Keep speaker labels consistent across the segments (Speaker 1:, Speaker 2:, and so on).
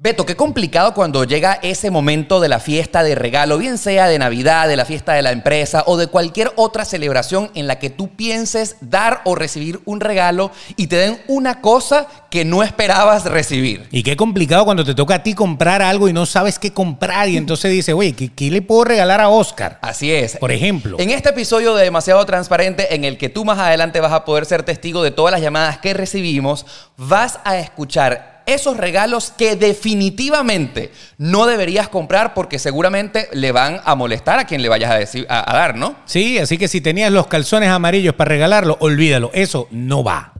Speaker 1: Beto, qué complicado cuando llega ese momento de la fiesta de regalo, bien sea de Navidad, de la fiesta de la empresa o de cualquier otra celebración en la que tú pienses dar o recibir un regalo y te den una cosa que no esperabas recibir.
Speaker 2: Y qué complicado cuando te toca a ti comprar algo y no sabes qué comprar y entonces dices, oye, ¿qué, qué le puedo regalar a Oscar?
Speaker 1: Así es.
Speaker 2: Por ejemplo.
Speaker 1: En este episodio de Demasiado Transparente, en el que tú más adelante vas a poder ser testigo de todas las llamadas que recibimos, vas a escuchar esos regalos que definitivamente no deberías comprar porque seguramente le van a molestar a quien le vayas a, decir, a- a dar, ¿no?
Speaker 2: Sí, así que si tenías los calzones amarillos para regalarlo, olvídalo, eso no va.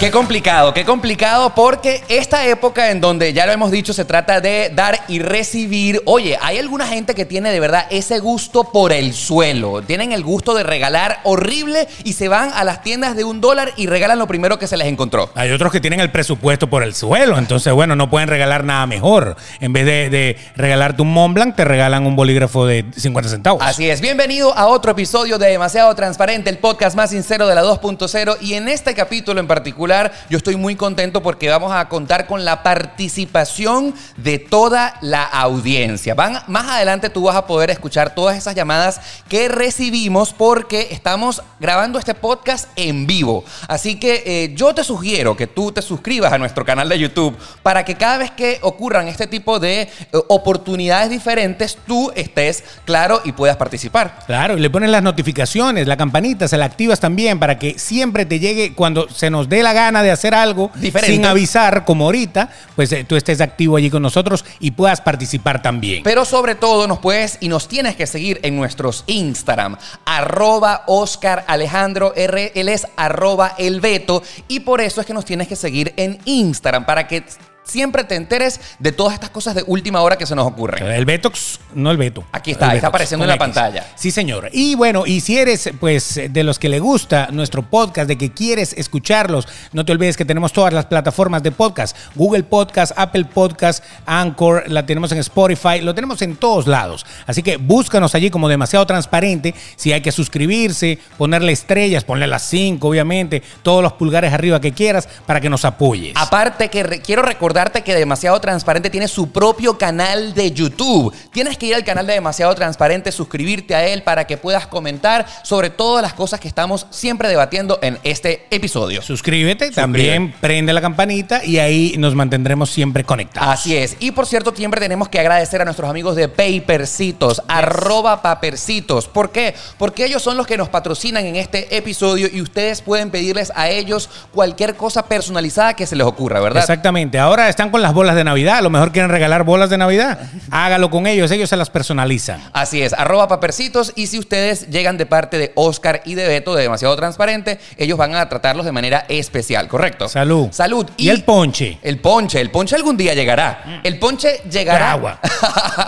Speaker 1: Qué complicado, qué complicado, porque esta época en donde ya lo hemos dicho se trata de dar y recibir. Oye, hay alguna gente que tiene de verdad ese gusto por el suelo. Tienen el gusto de regalar horrible y se van a las tiendas de un dólar y regalan lo primero que se les encontró.
Speaker 2: Hay otros que tienen el presupuesto por el suelo, entonces bueno, no pueden regalar nada mejor. En vez de, de regalarte un Mont Blanc, te regalan un bolígrafo de 50 centavos.
Speaker 1: Así es, bienvenido a otro episodio de Demasiado Transparente, el podcast más sincero de la 2.0 y en este capítulo en particular yo estoy muy contento porque vamos a contar con la participación de toda la audiencia. Van, más adelante tú vas a poder escuchar todas esas llamadas que recibimos porque estamos grabando este podcast en vivo. Así que eh, yo te sugiero que tú te suscribas a nuestro canal de YouTube para que cada vez que ocurran este tipo de eh, oportunidades diferentes tú estés claro y puedas participar.
Speaker 2: Claro, y le pones las notificaciones, la campanita, se la activas también para que siempre te llegue cuando se nos dé la gana de hacer algo
Speaker 1: Diferente.
Speaker 2: sin avisar, como ahorita, pues eh, tú estés activo allí con nosotros y puedas participar también.
Speaker 1: Pero sobre todo nos puedes y nos tienes que seguir en nuestros Instagram, arroba Oscar Alejandro R, él es arroba el Beto y por eso es que nos tienes que seguir en Instagram para que siempre te enteres de todas estas cosas de última hora que se nos ocurren.
Speaker 2: El Betox, no el Beto.
Speaker 1: Aquí está,
Speaker 2: El Betox,
Speaker 1: está apareciendo
Speaker 2: con
Speaker 1: en la pantalla.
Speaker 2: Sí, señor. Y bueno, y si eres, pues, de los que le gusta nuestro podcast, de que quieres escucharlos, no te olvides que tenemos todas las plataformas de podcast: Google Podcast, Apple Podcast, Anchor, la tenemos en Spotify, lo tenemos en todos lados. Así que búscanos allí como demasiado transparente. Si hay que suscribirse, ponerle estrellas, ponerle las cinco, obviamente, todos los pulgares arriba que quieras para que nos apoyes.
Speaker 1: Aparte que re- quiero recordarte que Demasiado Transparente tiene su propio canal de YouTube. Tienes que ir al canal de Demasiado Transparente, suscribirte a él para que puedas comentar sobre todas las cosas que estamos siempre debatiendo en este episodio.
Speaker 2: Suscríbete, también prende la campanita y ahí nos mantendremos siempre conectados.
Speaker 1: Así es. Y por cierto, siempre tenemos que agradecer a nuestros amigos de Papercitos, arroba papercitos. ¿Por qué? Porque ellos son los que nos patrocinan en este episodio y ustedes pueden pedirles a ellos cualquier cosa personalizada que se les ocurra, ¿verdad?
Speaker 2: Exactamente. Ahora están con las bolas de Navidad. A lo mejor quieren regalar bolas de Navidad. Hágalo con ellos. Ellos se las personalizan.
Speaker 1: Así es, arroba papercitos. Y si ustedes llegan de parte de Oscar y de Beto de Demasiado Transparente, ellos van a tratarlos de manera especial, ¿correcto?
Speaker 2: Salud.
Speaker 1: Salud.
Speaker 2: Y, el ponche. Mm.
Speaker 1: El ponche, el ponche algún día llegará. El ponche llegará
Speaker 2: Agua.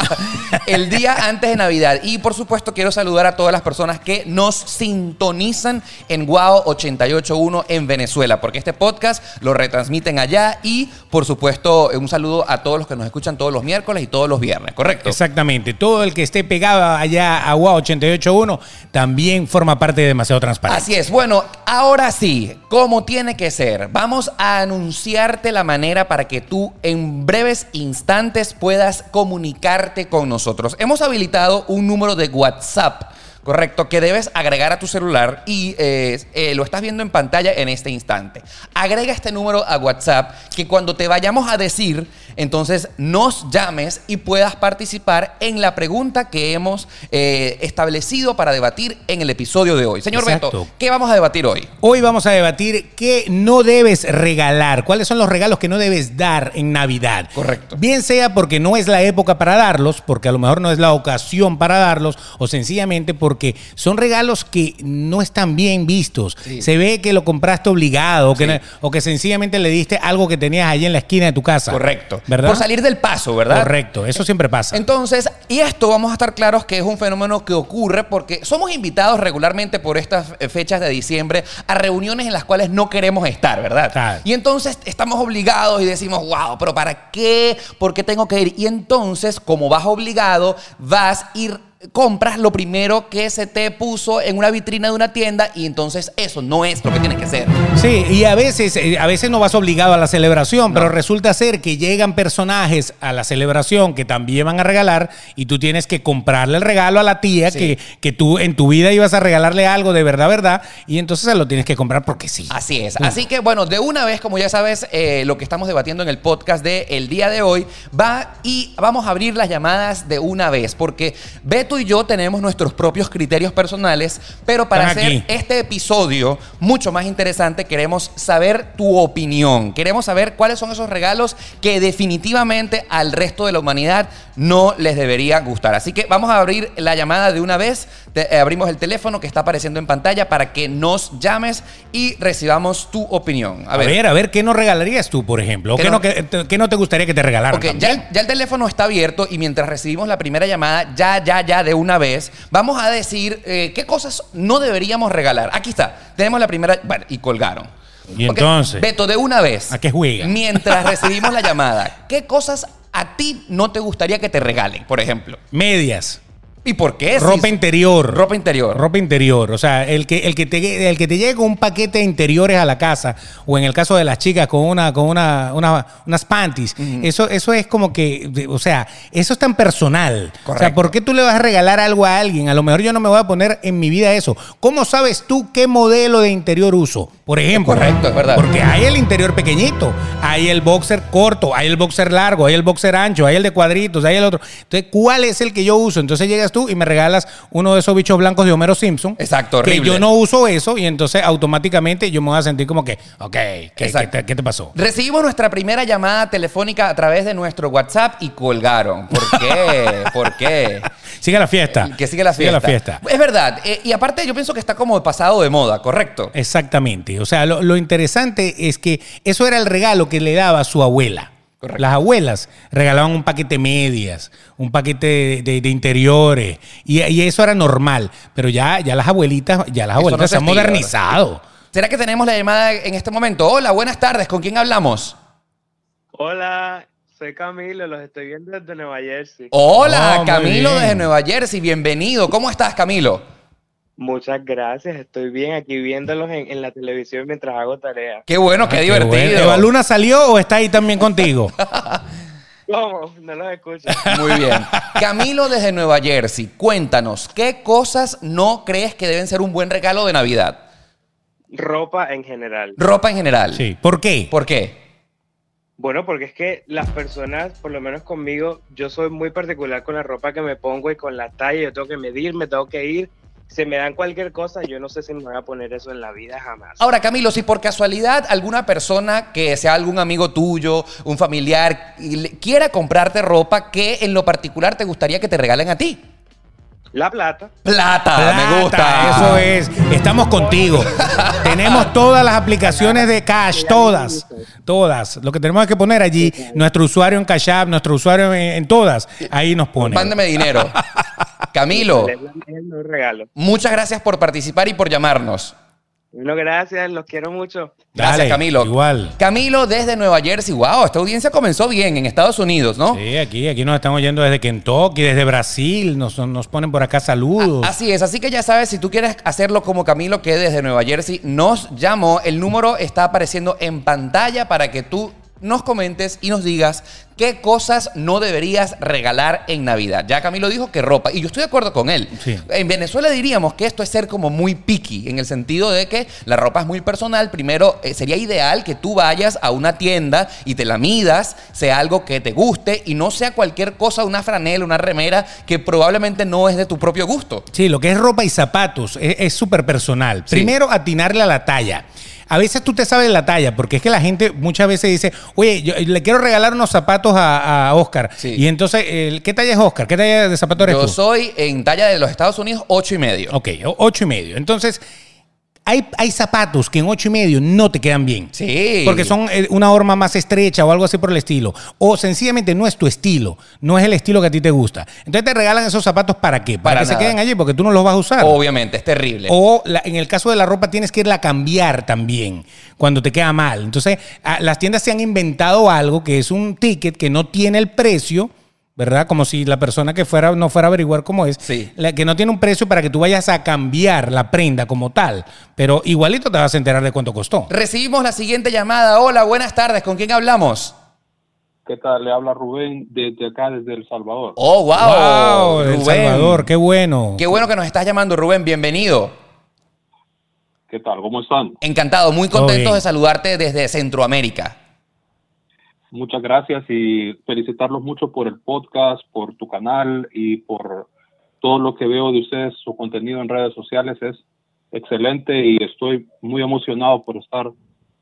Speaker 1: el día antes de Navidad. Y por supuesto quiero saludar a todas las personas que nos sintonizan en Guao 881 en Venezuela, porque este podcast lo retransmiten allá y por supuesto un saludo a todos los que nos escuchan todos los miércoles y todos los viernes, ¿correcto?
Speaker 2: Exactamente. Todo el que esté pegado allá a UA 881 también forma parte de Demasiado Transparente.
Speaker 1: Así es. Bueno, ahora sí, como tiene que ser, vamos a anunciarte la manera para que tú en breves instantes puedas comunicarte con nosotros. Hemos habilitado un número de WhatsApp. Correcto, que debes agregar a tu celular y eh, eh, lo estás viendo en pantalla en este instante. Agrega este número a WhatsApp que cuando te vayamos a decir, entonces nos llames y puedas participar en la pregunta que hemos eh, establecido para debatir en el episodio de hoy. Señor Beto,
Speaker 2: Exacto.
Speaker 1: ¿qué vamos a debatir hoy?
Speaker 2: Hoy vamos a debatir qué no debes regalar, cuáles son los regalos que no debes dar en Navidad.
Speaker 1: Correcto.
Speaker 2: Bien sea porque no es la época para darlos, porque a lo mejor no es la ocasión para darlos, o sencillamente porque son regalos que no están bien vistos.
Speaker 1: Sí.
Speaker 2: Se ve que lo compraste obligado, o que,
Speaker 1: Sí.
Speaker 2: no- o que sencillamente le diste algo que tenías allí en la esquina de tu casa. ¿Verdad?
Speaker 1: Por salir del paso, ¿verdad?
Speaker 2: Correcto, eso siempre pasa.
Speaker 1: Entonces, y esto vamos a estar claros que es un fenómeno que ocurre porque somos invitados regularmente por estas eh, fechas de diciembre a reuniones en las cuales no queremos estar, ¿verdad?
Speaker 2: Claro.
Speaker 1: Y entonces estamos obligados y decimos, wow, pero ¿para qué? ¿Por qué tengo que ir? Y entonces, como vas obligado, vas a ir compras lo primero que se te puso en una vitrina de una tienda y entonces eso no es lo que tienes que ser.
Speaker 2: Sí, y a veces, eh, a veces no vas obligado a la celebración, pero resulta ser que llegan personajes a la celebración que también van a regalar y tú tienes que comprarle el regalo a la tía
Speaker 1: Sí.
Speaker 2: que, que tú en tu vida ibas a regalarle algo de verdad, verdad, y entonces se lo tienes que comprar porque sí.
Speaker 1: Así es. Así que bueno, de una vez, como ya sabes, eh, lo que estamos debatiendo en el podcast del día de hoy va y vamos a abrir las llamadas de una vez, porque Beto y yo tenemos nuestros propios criterios personales, pero para
Speaker 2: Están
Speaker 1: hacer
Speaker 2: aquí.
Speaker 1: este episodio mucho más interesante queremos saber tu opinión. Queremos saber cuáles son esos regalos que definitivamente al resto de la humanidad no les debería gustar. Así que vamos a abrir la llamada de una vez. Te- eh, abrimos el teléfono que está apareciendo en pantalla para que nos llames y recibamos tu opinión. A
Speaker 2: A ver.
Speaker 1: ver.
Speaker 2: a ver, ¿qué no regalarías tú, por ejemplo? ¿O
Speaker 1: ¿Qué
Speaker 2: ¿Qué,
Speaker 1: no-
Speaker 2: no, que- te- qué no te gustaría que te regalaran?
Speaker 1: Ok,
Speaker 2: también?
Speaker 1: ya, el- ya el teléfono está abierto y mientras recibimos la primera llamada, ya, ya, ya, de una vez, vamos a decir eh, qué cosas no deberíamos regalar. Aquí está, tenemos la primera. bueno, y colgaron.
Speaker 2: ¿Y
Speaker 1: Ok,
Speaker 2: entonces?
Speaker 1: Beto, de una vez.
Speaker 2: ¿A qué juega?
Speaker 1: Mientras recibimos la llamada, ¿qué cosas a ti no te gustaría que te regalen, por ejemplo?
Speaker 2: Medias.
Speaker 1: ¿Y por qué? Si-
Speaker 2: Ropa interior.
Speaker 1: Ropa interior.
Speaker 2: Ropa interior. O sea, el que, el que te el que te llegue un paquete de interiores a la casa, o en el caso de las chicas, con una, con una, una- unas panties, eso, eso es como que, de- o sea, eso es tan personal. O sea,
Speaker 1: Correcto.
Speaker 2: ¿por qué tú le vas a regalar algo a alguien? A lo mejor yo no me voy a poner en mi vida eso. ¿Cómo sabes tú qué modelo de interior uso? Por ejemplo.
Speaker 1: Correcto, es verdad.
Speaker 2: Porque hay el interior pequeñito, hay el boxer corto, hay el boxer largo, hay el boxer ancho, hay el de cuadritos, hay el otro. Entonces, ¿cuál es el que yo uso? Entonces llegas tú y me regalas uno de esos bichos blancos de Homero Simpson.
Speaker 1: Exacto, horrible.
Speaker 2: Que yo no uso eso y entonces automáticamente yo me voy a sentir como que, ok, ¿qué, qué
Speaker 1: Exacto.
Speaker 2: te, qué te pasó?
Speaker 1: Recibimos nuestra primera llamada telefónica a través de nuestro WhatsApp y colgaron. ¿Por qué? ¿Por qué? Eh,
Speaker 2: Sigue la fiesta.
Speaker 1: Que sigue la
Speaker 2: Sigue
Speaker 1: fiesta.
Speaker 2: la fiesta.
Speaker 1: Es verdad. eh, y aparte, yo pienso que está como pasado de moda, correcto.
Speaker 2: Exactamente. O sea, lo, lo interesante es que eso era el regalo que le daba su abuela.
Speaker 1: Correcto.
Speaker 2: Las abuelas regalaban un paquete de medias, un paquete de, de- de interiores, y, y eso era normal. Pero ya, ya las abuelitas, ya las
Speaker 1: Eso
Speaker 2: abuelitas
Speaker 1: no
Speaker 2: se han
Speaker 1: se estila,
Speaker 2: modernizado.
Speaker 1: ¿Será que tenemos la llamada en este momento? Hola, buenas tardes. ¿Con quién hablamos?
Speaker 3: Hola, soy Camilo, los estoy viendo desde Nueva Jersey.
Speaker 2: Oh,
Speaker 1: Hola,
Speaker 2: muy
Speaker 1: Camilo
Speaker 2: bien.
Speaker 1: desde Nueva Jersey. Bienvenido. ¿Cómo estás, Camilo?
Speaker 3: Muchas gracias, estoy bien aquí viéndolos en, en la televisión mientras hago tarea.
Speaker 1: Qué bueno,
Speaker 2: Ah,
Speaker 1: qué
Speaker 2: Qué
Speaker 1: divertido.
Speaker 2: bueno. ¿Eva Luna eh, salió o está ahí también contigo?
Speaker 3: ¿Cómo? No los escucho.
Speaker 1: Muy bien. Camilo desde Nueva Jersey, cuéntanos, ¿qué cosas no crees que deben ser un buen regalo de Navidad?
Speaker 3: Ropa en general.
Speaker 1: Ropa en general.
Speaker 2: sí. ¿Por qué?
Speaker 1: ¿Por qué?
Speaker 3: Bueno, porque es que las personas, por lo menos conmigo, yo soy muy particular con la ropa que me pongo y con la talla. Yo tengo que medir, me tengo que ir. Se me dan cualquier cosa, yo no sé si me voy a poner eso en la vida jamás.
Speaker 1: Ahora, Camilo, si por casualidad alguna persona que sea algún amigo tuyo, un familiar, y le- quiera comprarte ropa, ¿qué en lo particular te gustaría que te regalen a ti?
Speaker 3: La plata.
Speaker 1: Plata, me gusta.
Speaker 2: Plata, Eso es. Estamos contigo. tenemos todas las aplicaciones de Cash, todas. Todas. Lo que tenemos que poner allí, nuestro usuario en Cash App, nuestro usuario en, en todas, ahí nos pone.
Speaker 1: Mándame dinero. Camilo,
Speaker 3: Es la- es el mejor regalo.
Speaker 1: muchas gracias por participar y por llamarnos.
Speaker 3: Bueno, gracias, los quiero mucho.
Speaker 1: Gracias,
Speaker 2: Dale,
Speaker 1: Camilo.
Speaker 2: Igual.
Speaker 1: Camilo desde Nueva Jersey. Wow, esta audiencia comenzó bien en Estados Unidos, ¿no?
Speaker 2: Sí, aquí, aquí nos estamos yendo desde Kentucky, desde Brasil, nos, nos ponen por acá saludos.
Speaker 1: Así es, así que ya sabes, si tú quieres hacerlo como Camilo, que desde Nueva Jersey nos llamó, el número está apareciendo en pantalla para que tú nos comentes y nos digas qué cosas no deberías regalar en Navidad. Ya Camilo dijo que ropa, y yo estoy de acuerdo con él.
Speaker 2: Sí.
Speaker 1: En Venezuela diríamos que esto es ser como muy picky, en el sentido de que la ropa es muy personal. Primero, eh, sería ideal que tú vayas a una tienda y te la midas, sea algo que te guste y no sea cualquier cosa, una franela, una remera, que probablemente no es de tu propio gusto.
Speaker 2: Sí, lo que es ropa y zapatos es es súper personal.
Speaker 1: Sí.
Speaker 2: Primero, atinarle a la talla. A veces tú te sabes la talla, porque es que la gente muchas veces dice, oye, yo eh, le quiero regalar unos zapatos a, a Oscar.
Speaker 1: Sí.
Speaker 2: Y entonces, el- ¿qué talla es Oscar? ¿Qué talla de zapato eres
Speaker 1: Yo
Speaker 2: tú?
Speaker 1: soy en talla de los Estados Unidos ocho y medio.
Speaker 2: Ok, o- ocho y medio. Entonces, hay, hay zapatos que en ocho y medio no te quedan bien.
Speaker 1: Sí.
Speaker 2: Porque son eh, una horma más estrecha o algo así por el estilo. O sencillamente no es tu estilo, no es el estilo que a ti te gusta. Entonces te regalan esos zapatos para qué? Para,
Speaker 1: Para
Speaker 2: que
Speaker 1: nada.
Speaker 2: se queden allí porque tú no los vas a usar.
Speaker 1: Obviamente, es terrible.
Speaker 2: O la- en el caso de la ropa tienes que irla a cambiar también cuando te queda mal. Entonces, a- las tiendas se han inventado algo que es un ticket que no tiene el precio ¿verdad? Como si la persona que fuera no fuera a averiguar cómo es,
Speaker 1: Sí.
Speaker 2: la, que no tiene un precio para que tú vayas a cambiar la prenda como tal, pero igualito te vas a enterar de cuánto costó.
Speaker 1: Recibimos la siguiente llamada. Hola, buenas tardes. ¿Con quién hablamos?
Speaker 4: ¿Qué tal? Le habla Rubén desde acá, desde El Salvador.
Speaker 1: Oh, wow.
Speaker 2: Wow, El
Speaker 1: Rubén.
Speaker 2: Salvador, qué bueno.
Speaker 1: Qué bueno que nos estás llamando, Rubén. Bienvenido.
Speaker 4: ¿Qué tal? ¿Cómo están?
Speaker 1: Encantado, muy
Speaker 2: Todo
Speaker 1: contento
Speaker 2: bien.
Speaker 1: de saludarte desde Centroamérica.
Speaker 4: Muchas gracias y felicitarlos mucho por el podcast, por tu canal y por todo lo que veo de ustedes, su contenido en redes sociales es excelente y estoy muy emocionado por estar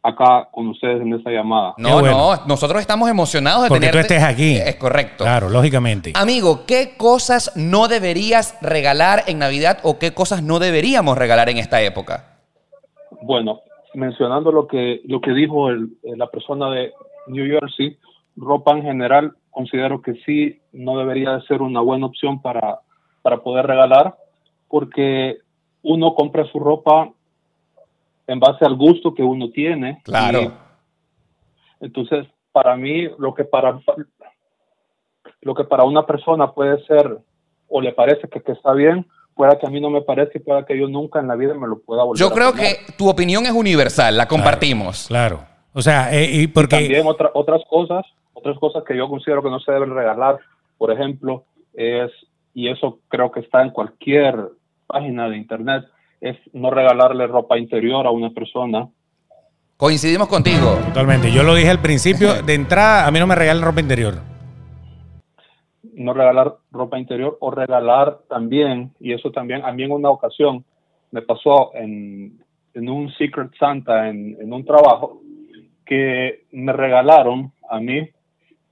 Speaker 4: acá con ustedes en esta llamada.
Speaker 1: No,
Speaker 2: bueno.
Speaker 1: no, nosotros estamos emocionados de
Speaker 2: Porque tú
Speaker 1: tenerte.
Speaker 2: estés aquí.
Speaker 1: Es correcto. Ah.
Speaker 2: Claro, lógicamente.
Speaker 1: Amigo, ¿qué cosas no deberías regalar en Navidad o qué cosas no deberíamos regalar en esta época?
Speaker 4: Bueno, mencionando lo que lo que dijo el- eh, la persona de New Jersey, ropa en general considero que sí no debería de ser una buena opción para para poder regalar, porque uno compra su ropa en base al gusto que uno tiene.
Speaker 1: Claro.
Speaker 4: Y entonces, para mí, lo que para lo que para una persona puede ser o le parece que, que está bien, pueda que a mí no me parezca y pueda que yo nunca en la vida me lo pueda volver
Speaker 1: Yo
Speaker 4: a
Speaker 1: creo
Speaker 4: poner.
Speaker 1: que tu opinión es universal, la compartimos.
Speaker 2: Claro. O sea, eh, y porque...
Speaker 4: También otra- otras cosas, otras cosas que yo considero que no se deben regalar, por ejemplo, es, y eso creo que está en cualquier página de internet, es no regalarle ropa interior a una persona.
Speaker 1: Coincidimos contigo.
Speaker 2: Totalmente. Yo lo dije al principio, de entrada, a mí no me regalan ropa interior.
Speaker 4: no regalar ropa interior o regalar también, y eso también, a mí en una ocasión me pasó en, en un Secret Santa, en, en un trabajo, que me regalaron a mí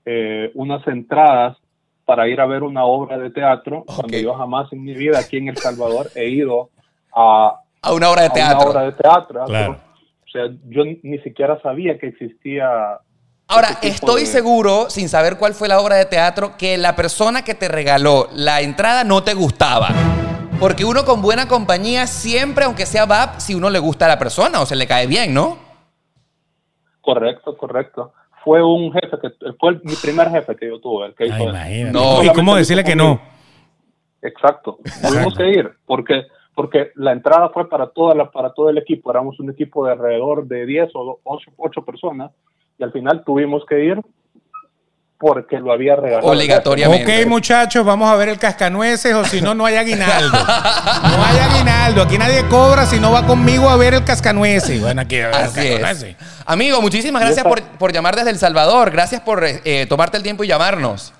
Speaker 4: eh, unas entradas para ir a ver una obra de teatro, cuando
Speaker 1: Ok.
Speaker 4: yo jamás en mi vida aquí en El Salvador he ido a,
Speaker 1: A una obra de
Speaker 4: a
Speaker 1: teatro.
Speaker 4: una obra de teatro.
Speaker 2: Claro.
Speaker 4: O sea, yo ni siquiera sabía que existía
Speaker 1: Ahora,
Speaker 4: ese Este tipo
Speaker 1: estoy
Speaker 4: de-
Speaker 1: seguro, sin saber cuál fue la obra de teatro, que la persona que te regaló la entrada no te gustaba. Porque uno con buena compañía siempre, aunque sea VAP, si uno le gusta a la persona o se le cae bien, ¿no?
Speaker 4: Correcto, correcto. Fue un jefe que fue el- mi primer jefe que yo tuve, el que hizo
Speaker 2: Ay,
Speaker 4: eso.
Speaker 2: imagínate.
Speaker 1: No.
Speaker 2: ¿Y cómo decirle que no?
Speaker 4: Exacto. Tuvimos que ir porque porque la entrada fue para toda la, para todo el equipo. Éramos un equipo de alrededor de 10 o 8, personas y al final tuvimos que ir porque lo había regalado.
Speaker 1: Obligatoriamente.
Speaker 2: Ok, muchachos, vamos a ver el cascanueces o si no, no hay aguinaldo. No hay aguinaldo. Aquí nadie cobra si no va conmigo a ver el cascanueces. Bueno, aquí a ver el
Speaker 1: Así es.
Speaker 2: cascanueces.
Speaker 1: Amigo, muchísimas gracias por, por llamar desde El Salvador. Gracias por eh, eh, tomarte el tiempo y llamarnos.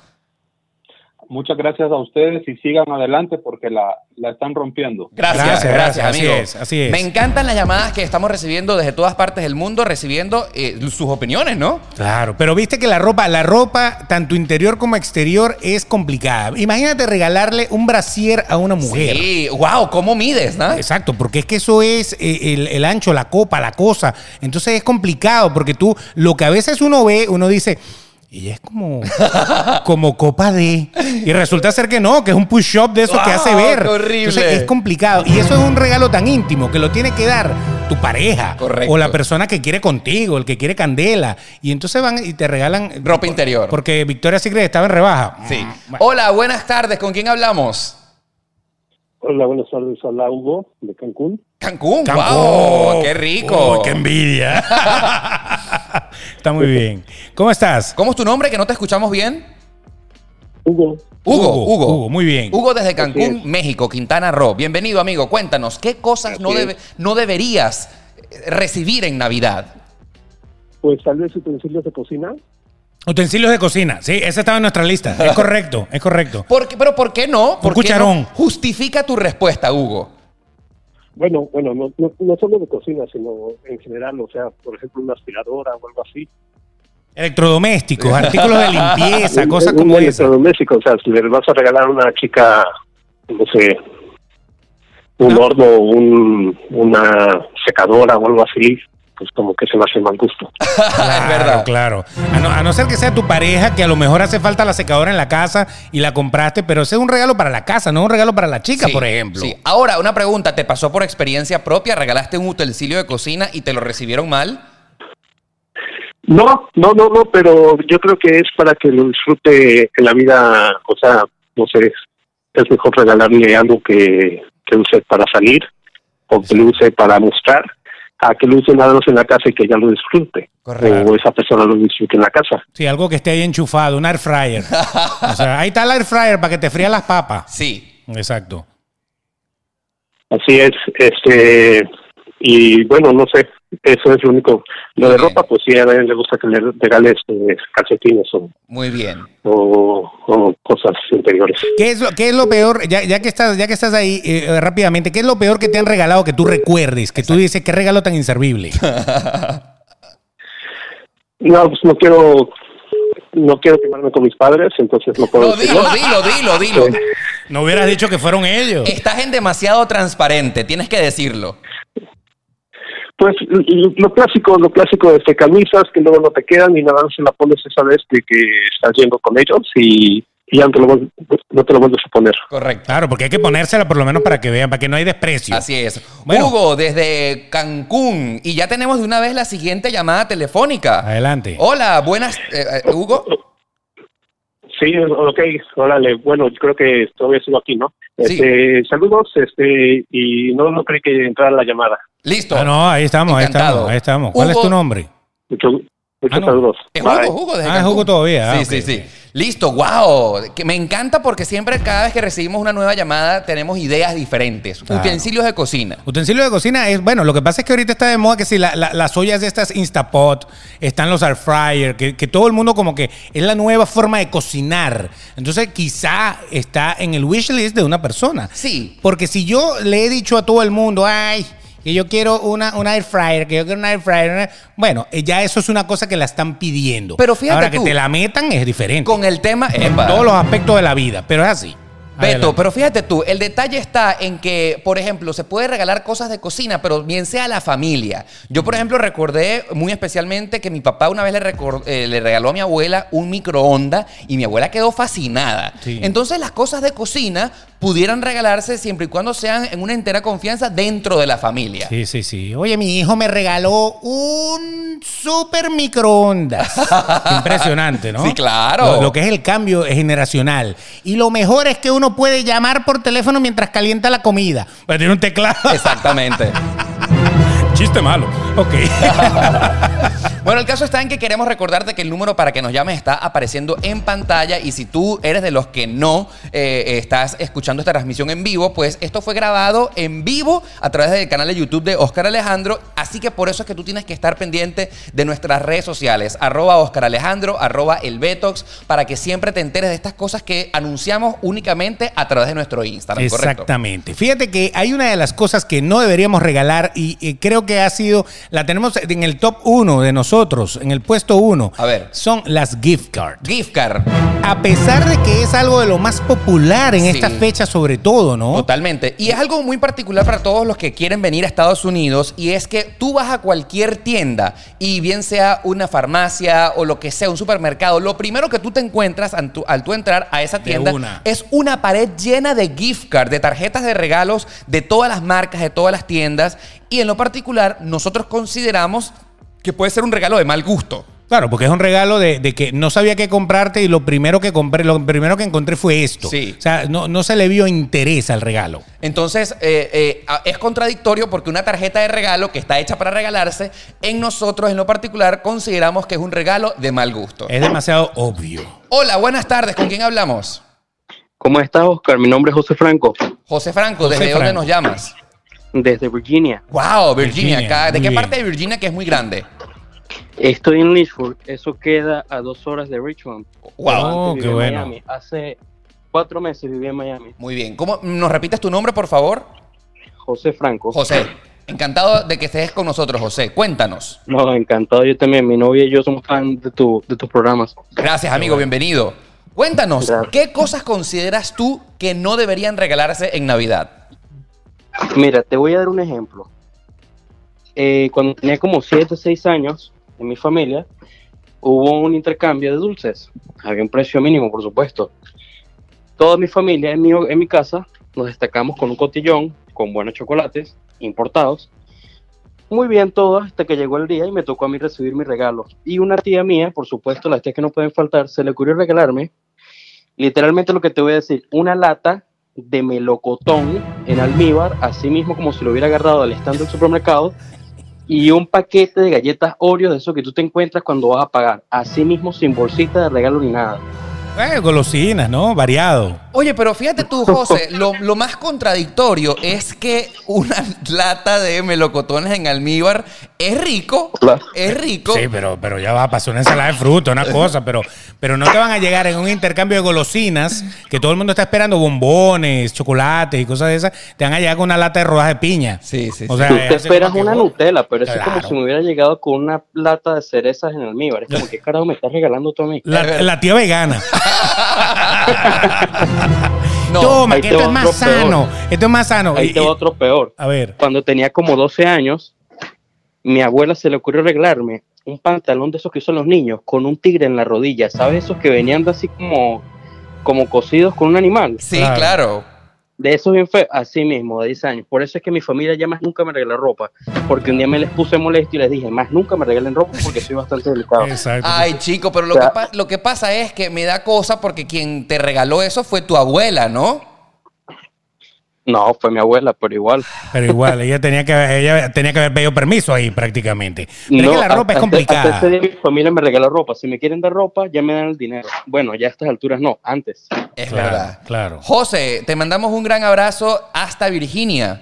Speaker 4: Muchas gracias a ustedes y sigan adelante porque la, la están rompiendo.
Speaker 1: Gracias, gracias,
Speaker 2: Gracias, gracias, así
Speaker 1: amigo.
Speaker 2: es, así es.
Speaker 1: Me encantan las llamadas que estamos recibiendo desde todas partes del mundo, recibiendo eh, sus opiniones, ¿no?
Speaker 2: Claro, pero viste que la ropa, la ropa, tanto interior como exterior, es complicada. Imagínate regalarle un brasier a una mujer.
Speaker 1: Sí, wow, ¿cómo mides, no?
Speaker 2: Exacto, porque es que eso es eh, el, el ancho, la copa, la cosa. Entonces es complicado porque tú, lo que a veces uno ve, uno dice, ella es como, como copa D. Y resulta ser que no, que es un push-up de eso que
Speaker 1: ¡Wow!
Speaker 2: hace ver.
Speaker 1: Ah, ¡Qué horrible!
Speaker 2: Entonces es complicado. Y eso es un regalo tan íntimo que lo tiene que dar tu pareja
Speaker 1: Correcto.
Speaker 2: o la persona que quiere contigo, el que quiere candela. Y entonces van y te regalan eh,
Speaker 1: Ropa interior.
Speaker 2: Porque Victoria Secret estaba en rebaja.
Speaker 1: Sí.
Speaker 2: Mm, bueno.
Speaker 1: Hola, buenas tardes. ¿Con quién hablamos?
Speaker 5: Hola, buenas tardes. Hola, Hugo, de Cancún.
Speaker 1: Cancún.
Speaker 2: Cancún. Oh.
Speaker 1: Wow, qué
Speaker 2: Uy,
Speaker 1: rico.
Speaker 2: qué envidia. Está muy bien. ¿Cómo estás?
Speaker 1: ¿Cómo es tu nombre que no te escuchamos bien?
Speaker 5: Hugo,
Speaker 1: Hugo, Hugo.
Speaker 2: Hugo, muy bien.
Speaker 1: Hugo desde Cancún,
Speaker 5: es.
Speaker 1: México, Quintana Roo. Bienvenido, amigo. Cuéntanos, ¿qué cosas no,
Speaker 5: Así es.
Speaker 1: debe- no deberías eh, recibir en Navidad?
Speaker 5: pues tal vez utensilios de cocina.
Speaker 2: Utensilios de cocina. Sí, esa estaba en nuestra lista. Es correcto, es correcto.
Speaker 1: ¿Por qué- pero ¿por qué no? ¿Por qué no?
Speaker 2: cucharón.
Speaker 1: Justifica tu respuesta, Hugo.
Speaker 5: Bueno, bueno, no, no, no solo de cocina, sino en general, o sea, por ejemplo, una aspiradora o algo así.
Speaker 2: Electrodomésticos, artículos de limpieza,
Speaker 5: Un-
Speaker 2: cosas
Speaker 5: un
Speaker 2: como esas.
Speaker 5: electrodoméstico, o sea, si le vas a regalar a una chica, no sé, un
Speaker 2: No.
Speaker 5: horno, un, una secadora o algo así, pues como que se me hace mal gusto.
Speaker 2: Claro,
Speaker 1: verdad.
Speaker 2: Claro. A no, a no ser que sea tu pareja, que a lo mejor hace falta la secadora en la casa y la compraste, pero ese es un regalo para la casa, no un regalo para la chica,
Speaker 1: Sí,
Speaker 2: por ejemplo.
Speaker 1: sí. Ahora, una pregunta. ¿Te pasó por experiencia propia? ¿Regalaste un utensilio de cocina y te lo recibieron mal?
Speaker 5: No, no, no, no, pero yo creo que es para que lo disfrute en la vida, o sea, no sé, es mejor regalarle algo que, que use para salir o que lo use para mostrar a que lo use nada más en la casa y que ya lo disfrute.
Speaker 1: Correcto.
Speaker 5: O esa persona lo disfrute en la casa.
Speaker 2: Sí, algo que esté ahí enchufado, un air fryer. O sea, ahí está el air fryer para que te frían las papas.
Speaker 1: Sí.
Speaker 2: Exacto.
Speaker 5: Así es, este, y bueno, no sé, eso es lo único. Lo de
Speaker 1: Bien.
Speaker 5: ropa, pues sí, a él le gusta que le regales eh, calcetines o,
Speaker 1: Muy bien.
Speaker 5: o- o cosas interiores.
Speaker 2: ¿Qué es lo, qué es lo peor? Ya, ya que estás, ya que estás ahí, eh, rápidamente, ¿qué es lo peor que te han regalado que tú recuerdes? Que tú dices, qué regalo tan inservible.
Speaker 5: No, pues no quiero, no quiero quemarme con mis padres, entonces no puedo
Speaker 1: No,
Speaker 5: decirlo.
Speaker 1: dilo, dilo, dilo, dilo.
Speaker 2: No hubieras dicho que fueron ellos.
Speaker 1: Estás en demasiado transparente, tienes que decirlo.
Speaker 5: Pues l- l- lo clásico, lo clásico de este, camisas que luego no te quedan y nada más se la pones esa vez que, que estás yendo con ellos y, y ya no te, lo, vuel- no te lo vuelves a poner.
Speaker 1: Correcto.
Speaker 2: Claro, porque hay que ponérsela por lo menos para que vean, para que no hay desprecio.
Speaker 1: Así es.
Speaker 2: Bueno.
Speaker 1: Hugo, desde Cancún. Y ya tenemos de una vez la siguiente llamada telefónica.
Speaker 2: Adelante.
Speaker 1: Hola, buenas. eh, eh, Hugo.
Speaker 5: Sí, ok, órale, bueno, yo creo que todavía sigo aquí, ¿no?
Speaker 1: Sí.
Speaker 5: Este, Saludos, este, y no, no creí que entrara la llamada.
Speaker 1: Listo.
Speaker 2: Ah, no, ahí estamos, ahí
Speaker 1: Encantado.
Speaker 2: estamos, ahí estamos. ¿Cuál es
Speaker 1: Hugo-
Speaker 2: tu nombre?
Speaker 5: Mucho- Muchos
Speaker 2: Ah, no.
Speaker 5: saludos.
Speaker 1: Es
Speaker 5: Bye.
Speaker 1: Hugo, Hugo desde
Speaker 2: Ah, es
Speaker 1: Cancún.
Speaker 2: Hugo todavía. Ah,
Speaker 1: Sí,
Speaker 2: ok,
Speaker 1: sí,
Speaker 2: ok.
Speaker 1: sí. Listo, wow. Que me encanta porque siempre, cada vez que recibimos una nueva llamada, tenemos ideas diferentes.
Speaker 2: Claro.
Speaker 1: Utensilios de cocina.
Speaker 2: Utensilio de cocina es, bueno, lo que pasa es que ahorita está de moda que si la- la- las ollas de estas Instapot, están los air fryer, que, que todo el mundo como que es la nueva forma de cocinar. Entonces quizá está en el wish list de una persona.
Speaker 1: Sí.
Speaker 2: Porque si yo le he dicho a todo el mundo, ay, que yo quiero una, una air fryer, que yo quiero una air fryer, una-", bueno, eh, ya eso es una cosa que la están pidiendo.
Speaker 1: Pero fíjate
Speaker 2: Ahora
Speaker 1: tú.
Speaker 2: que te la metan es diferente.
Speaker 1: Con el tema.
Speaker 2: en
Speaker 1: Epa.
Speaker 2: todos los aspectos de la vida, pero es así.
Speaker 1: Beto,
Speaker 2: Adelante.
Speaker 1: pero fíjate tú, el detalle está en que, por ejemplo, se puede regalar cosas de cocina, pero bien sea a la familia. Yo,
Speaker 2: Mm.
Speaker 1: por ejemplo, recordé muy especialmente que mi papá una vez le, recor- eh, le regaló a mi abuela un microondas y mi abuela quedó fascinada.
Speaker 2: Sí.
Speaker 1: Entonces, las cosas de cocina pudieran regalarse siempre y cuando sean en una entera confianza dentro de la familia.
Speaker 2: Sí, sí, sí. Oye, mi hijo me regaló un super microondas. Impresionante, ¿no?
Speaker 1: Sí, claro.
Speaker 2: Lo, lo que es el cambio es generacional. Y lo mejor es que uno puede llamar por teléfono mientras calienta la comida. Pero Pues tiene un teclado.
Speaker 1: Exactamente.
Speaker 2: Chiste malo. Ok.
Speaker 1: Bueno, el caso está en que queremos recordarte que el número para que nos llames está apareciendo en pantalla y si tú eres de los que no eh, estás escuchando esta transmisión en vivo, pues esto fue grabado en vivo a través del canal de YouTube de Oscar Alejandro, así que por eso es que tú tienes que estar pendiente de nuestras redes sociales, arroba Oscar Alejandro, arroba el Betox, para que siempre te enteres de estas cosas que anunciamos únicamente a través de nuestro Instagram, ¿correcto?
Speaker 2: Exactamente. Fíjate que hay una de las cosas que no deberíamos regalar y, y creo que ha sido, la tenemos en el top uno de nosotros, en el puesto uno.
Speaker 1: A ver.
Speaker 2: Son las gift cards.
Speaker 1: Gift card.
Speaker 2: A pesar de que es algo de lo más popular en
Speaker 1: Sí.
Speaker 2: esta fecha, sobre todo, ¿no?
Speaker 1: Totalmente. Y es algo muy particular para todos los que quieren venir a Estados Unidos y es que tú vas a cualquier tienda y bien sea una farmacia o lo que sea, un supermercado, lo primero que tú te encuentras al tu- al tú entrar a esa tienda
Speaker 2: una.
Speaker 1: es una pared llena de gift cards, de tarjetas de regalos de todas las marcas, de todas las tiendas y en lo particular nosotros consideramos que puede ser un regalo de mal gusto.
Speaker 2: Claro, porque es un regalo de, de que no sabía qué comprarte y lo primero que compré, lo primero que encontré fue esto.
Speaker 1: Sí.
Speaker 2: O sea, no, no se le vio interés al regalo.
Speaker 1: Entonces, eh, eh, a- es contradictorio porque una tarjeta de regalo que está hecha para regalarse, en nosotros en lo particular consideramos que es un regalo de mal gusto.
Speaker 2: Es demasiado obvio.
Speaker 1: Hola, buenas tardes, ¿con quién hablamos?
Speaker 6: ¿Cómo estás, Oscar? Mi nombre es José Franco,
Speaker 1: José Franco,
Speaker 2: José
Speaker 1: ¿desde dónde
Speaker 2: Franco.
Speaker 1: nos llamas?
Speaker 6: desde Virginia.
Speaker 1: Wow,
Speaker 2: Virginia,
Speaker 1: Virginia, acá. ¿De
Speaker 2: muy
Speaker 1: qué
Speaker 2: bien.
Speaker 1: parte de Virginia que es muy grande?
Speaker 6: Estoy en Lynchburg, eso queda a dos horas de Richmond.
Speaker 1: Wow.
Speaker 2: Oh,
Speaker 6: Antes
Speaker 2: qué
Speaker 6: vivía en
Speaker 2: bueno.
Speaker 6: Miami. Hace cuatro meses viví en Miami.
Speaker 1: Muy bien. ¿Cómo nos repites tu nombre, por favor?
Speaker 6: José Franco.
Speaker 1: José. Encantado de que estés con nosotros, José. Cuéntanos.
Speaker 6: No, encantado yo también. Mi novia y yo somos fan de, tu, de tus programas.
Speaker 1: Gracias, amigo, bienvenido. Cuéntanos,
Speaker 6: Gracias.
Speaker 1: ¿qué cosas consideras tú que no deberían regalarse en Navidad?
Speaker 6: Mira, te voy a dar un ejemplo. Eh, cuando tenía como 7 o 6 años, en mi familia, hubo un intercambio de dulces. Había un precio mínimo, por supuesto. Toda mi familia en mi, en mi casa nos destacamos con un cotillón, con buenos chocolates importados, Muy bien todo hasta que llegó el día y me tocó a mí recibir mi regalo. Y una tía mía, por supuesto, las tías que no pueden faltar, se le ocurrió regalarme, literalmente lo que te voy a decir, una lata de melocotón en almíbar, así mismo como si lo hubiera agarrado al stand del supermercado, y un paquete de galletas Oreo de eso que tú te encuentras cuando vas a pagar, así mismo sin bolsita de regalo ni nada.
Speaker 2: Eh, golosinas, ¿no? Variado.
Speaker 1: Oye, pero fíjate tú, José, lo, lo más contradictorio es que una lata de melocotones en almíbar es rico,
Speaker 6: Claro.
Speaker 1: es rico.
Speaker 2: Sí, pero, pero ya va, pasó una ensalada de fruta, una cosa, pero, pero no te van a llegar en un intercambio de golosinas, que todo el mundo está esperando bombones, chocolates y cosas de esas, te van a llegar con una lata de rodajas de piña.
Speaker 1: Sí, sí,
Speaker 2: O
Speaker 1: sí.
Speaker 2: sea,
Speaker 6: Tú
Speaker 2: es
Speaker 6: te
Speaker 2: como
Speaker 6: esperas
Speaker 2: que,
Speaker 6: una
Speaker 2: wow.
Speaker 6: Nutella, pero eso es
Speaker 2: Claro.
Speaker 6: como si me hubiera llegado con una lata de cerezas en almíbar. Es como, ¿qué carajo me estás regalando tú a mí?
Speaker 2: La, la tía vegana.
Speaker 1: No,
Speaker 2: Toma,
Speaker 6: ahí
Speaker 2: que
Speaker 6: te
Speaker 2: esto es
Speaker 6: va
Speaker 2: más
Speaker 6: otro peor.
Speaker 2: sano. Esto es más sano. Y-
Speaker 6: Ahí te
Speaker 2: y-
Speaker 6: va otro peor.
Speaker 2: a ver.
Speaker 6: Cuando tenía como 12 años, mi abuela se le ocurrió arreglarme un pantalón de esos que usan los niños con un tigre en la rodilla. ¿Sabes? Esos que venían de así como, como cosidos con un animal.
Speaker 1: sí,
Speaker 2: Claro.
Speaker 1: claro.
Speaker 6: De esos bien feos, así mismo, de 10 años. Por eso es que mi familia ya más nunca me regala ropa. Porque un día me les puse molesto y les dije, más nunca me regalen ropa porque soy bastante delicado.
Speaker 2: Exacto.
Speaker 1: Ay, chico, pero lo, que,
Speaker 6: Ya.
Speaker 1: pa- lo que pasa es que me da cosa porque quien te regaló eso fue tu abuela, ¿no?
Speaker 6: No, fue mi abuela, pero igual.
Speaker 2: Pero igual, ella tenía que ella tenía que haber pedido permiso ahí prácticamente. Pero es que la
Speaker 6: hasta-
Speaker 2: ropa es
Speaker 6: hasta- este- Hasta,
Speaker 2: complicada.
Speaker 6: ese día mi familia me regala ropa. Si me quieren dar ropa, ya me dan el dinero. Bueno, ya a estas alturas no, antes.
Speaker 1: Es
Speaker 2: Claro,
Speaker 1: verdad.
Speaker 2: claro.
Speaker 1: José, te mandamos un gran abrazo hasta Virginia.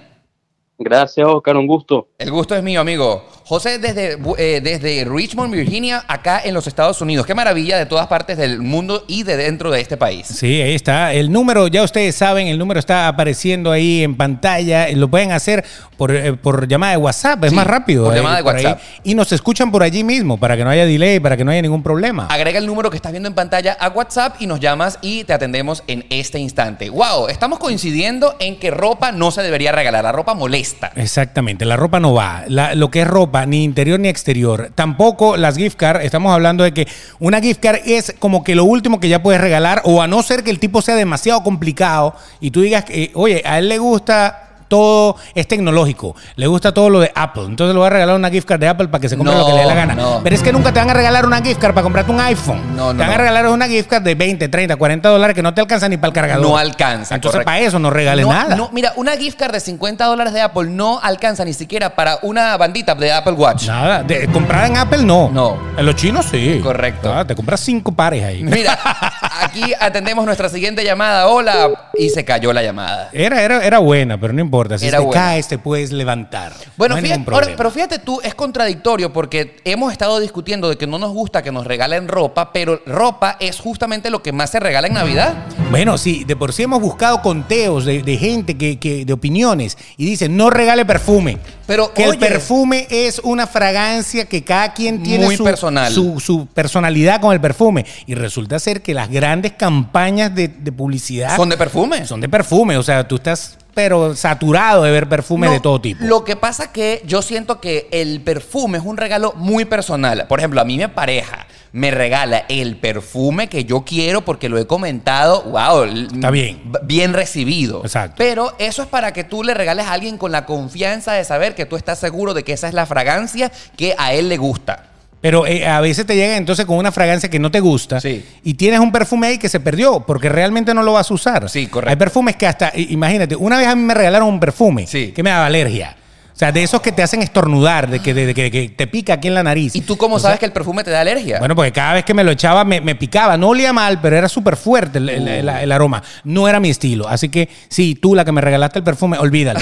Speaker 6: Gracias, Oscar, un gusto.
Speaker 1: El gusto es mío, amigo. José, desde, eh, desde Richmond, Virginia, acá en los Estados Unidos. Qué maravilla de todas partes del mundo y de dentro de este país.
Speaker 2: Sí, ahí está. El número, ya ustedes saben, el número está apareciendo ahí en pantalla. Lo pueden hacer por, eh, por llamada de WhatsApp, es
Speaker 1: Sí,
Speaker 2: más rápido.
Speaker 1: por
Speaker 2: eh,
Speaker 1: llamada de
Speaker 2: ahí.
Speaker 1: WhatsApp.
Speaker 2: Y nos escuchan por allí mismo, para que no haya delay, para que no haya ningún problema.
Speaker 1: Agrega el número que estás viendo en pantalla a WhatsApp y nos llamas y te atendemos en este instante. ¡Wow! Estamos coincidiendo en que ropa no se debería regalar. La ropa molesta.
Speaker 2: Exactamente, la ropa no va. La- lo que es ropa, ni interior ni exterior. Tampoco las gift card. Estamos hablando de que una gift card es como que lo último que ya puedes regalar, o a no ser que el tipo sea demasiado complicado y tú digas, que, eh, oye, a él le gusta todo, es tecnológico, le gusta todo lo de Apple. Entonces le voy a regalar una gift card de Apple para que se compre
Speaker 1: No,
Speaker 2: lo que le dé la gana.
Speaker 1: no.
Speaker 2: Pero es que nunca te van a regalar una gift card para comprarte un iPhone.
Speaker 1: No, no,
Speaker 2: te van a
Speaker 1: no.
Speaker 2: regalar una gift card de 20, 30, 40 dólares que no te alcanza ni para el cargador.
Speaker 1: No alcanza,
Speaker 2: Entonces
Speaker 1: correcto.
Speaker 2: para eso no regales
Speaker 1: No,
Speaker 2: nada.
Speaker 1: no, mira, una gift card de 50 dólares de Apple no alcanza ni siquiera para una bandita de Apple Watch.
Speaker 2: Nada, de, comprada en Apple no.
Speaker 1: No.
Speaker 2: En los chinos sí.
Speaker 1: Correcto.
Speaker 2: Ah, te compras cinco pares ahí.
Speaker 1: Mira, aquí atendemos nuestra siguiente llamada. Hola. Y se cayó la llamada.
Speaker 2: Era, era, era buena, pero no importa. Si
Speaker 1: Era
Speaker 2: te
Speaker 1: buena.
Speaker 2: caes, te puedes levantar.
Speaker 1: Bueno,
Speaker 2: no hay
Speaker 1: fíjate,
Speaker 2: ningún problema.
Speaker 1: ahora, pero fíjate tú, es contradictorio porque hemos estado discutiendo de que no nos gusta que nos regalen ropa, pero ropa es justamente lo que más se regala en Navidad.
Speaker 2: Bueno, sí, de por sí hemos buscado conteos de, de gente, que, que- de opiniones, y dicen, no regale perfume.
Speaker 1: Pero,
Speaker 2: que el
Speaker 1: oye.
Speaker 2: perfume es una fragancia que cada quien tiene
Speaker 1: Muy
Speaker 2: su,
Speaker 1: personal.
Speaker 2: Su, su personalidad con el perfume. Y resulta ser que las grandes campañas de, de publicidad
Speaker 1: Son de perfume.
Speaker 2: son de perfume. O sea, tú estás pero saturado de ver perfume
Speaker 1: No,
Speaker 2: de todo tipo.
Speaker 1: Lo que pasa que yo siento que el perfume es un regalo muy personal. Por ejemplo, a mí mi pareja me regala el perfume que yo quiero porque lo he comentado, wow, l-
Speaker 2: Está bien.
Speaker 1: b- bien recibido.
Speaker 2: Exacto.
Speaker 1: Pero eso es para que tú le regales a alguien con la confianza de saber que tú estás seguro de que esa es la fragancia que a él le gusta.
Speaker 2: Pero eh, a veces te llega entonces con una fragancia que no te gusta
Speaker 1: Sí.
Speaker 2: y tienes un perfume ahí que se perdió porque realmente no lo vas a usar.
Speaker 1: Sí, correcto.
Speaker 2: Hay perfumes que hasta, i- imagínate, una vez a mí me regalaron un perfume
Speaker 1: Sí.
Speaker 2: que me daba alergia. O sea, de esos que te hacen estornudar, de que, de- de que- de que te pica aquí en la nariz.
Speaker 1: ¿Y tú cómo
Speaker 2: O sea,
Speaker 1: sabes que el perfume te da alergia?
Speaker 2: Bueno, porque cada vez que me lo echaba me, me picaba. No olía mal, pero era súper fuerte el, el-
Speaker 1: Oh.
Speaker 2: el- el aroma. No era mi estilo. Así que sí, tú la que me regalaste el perfume, olvídalo.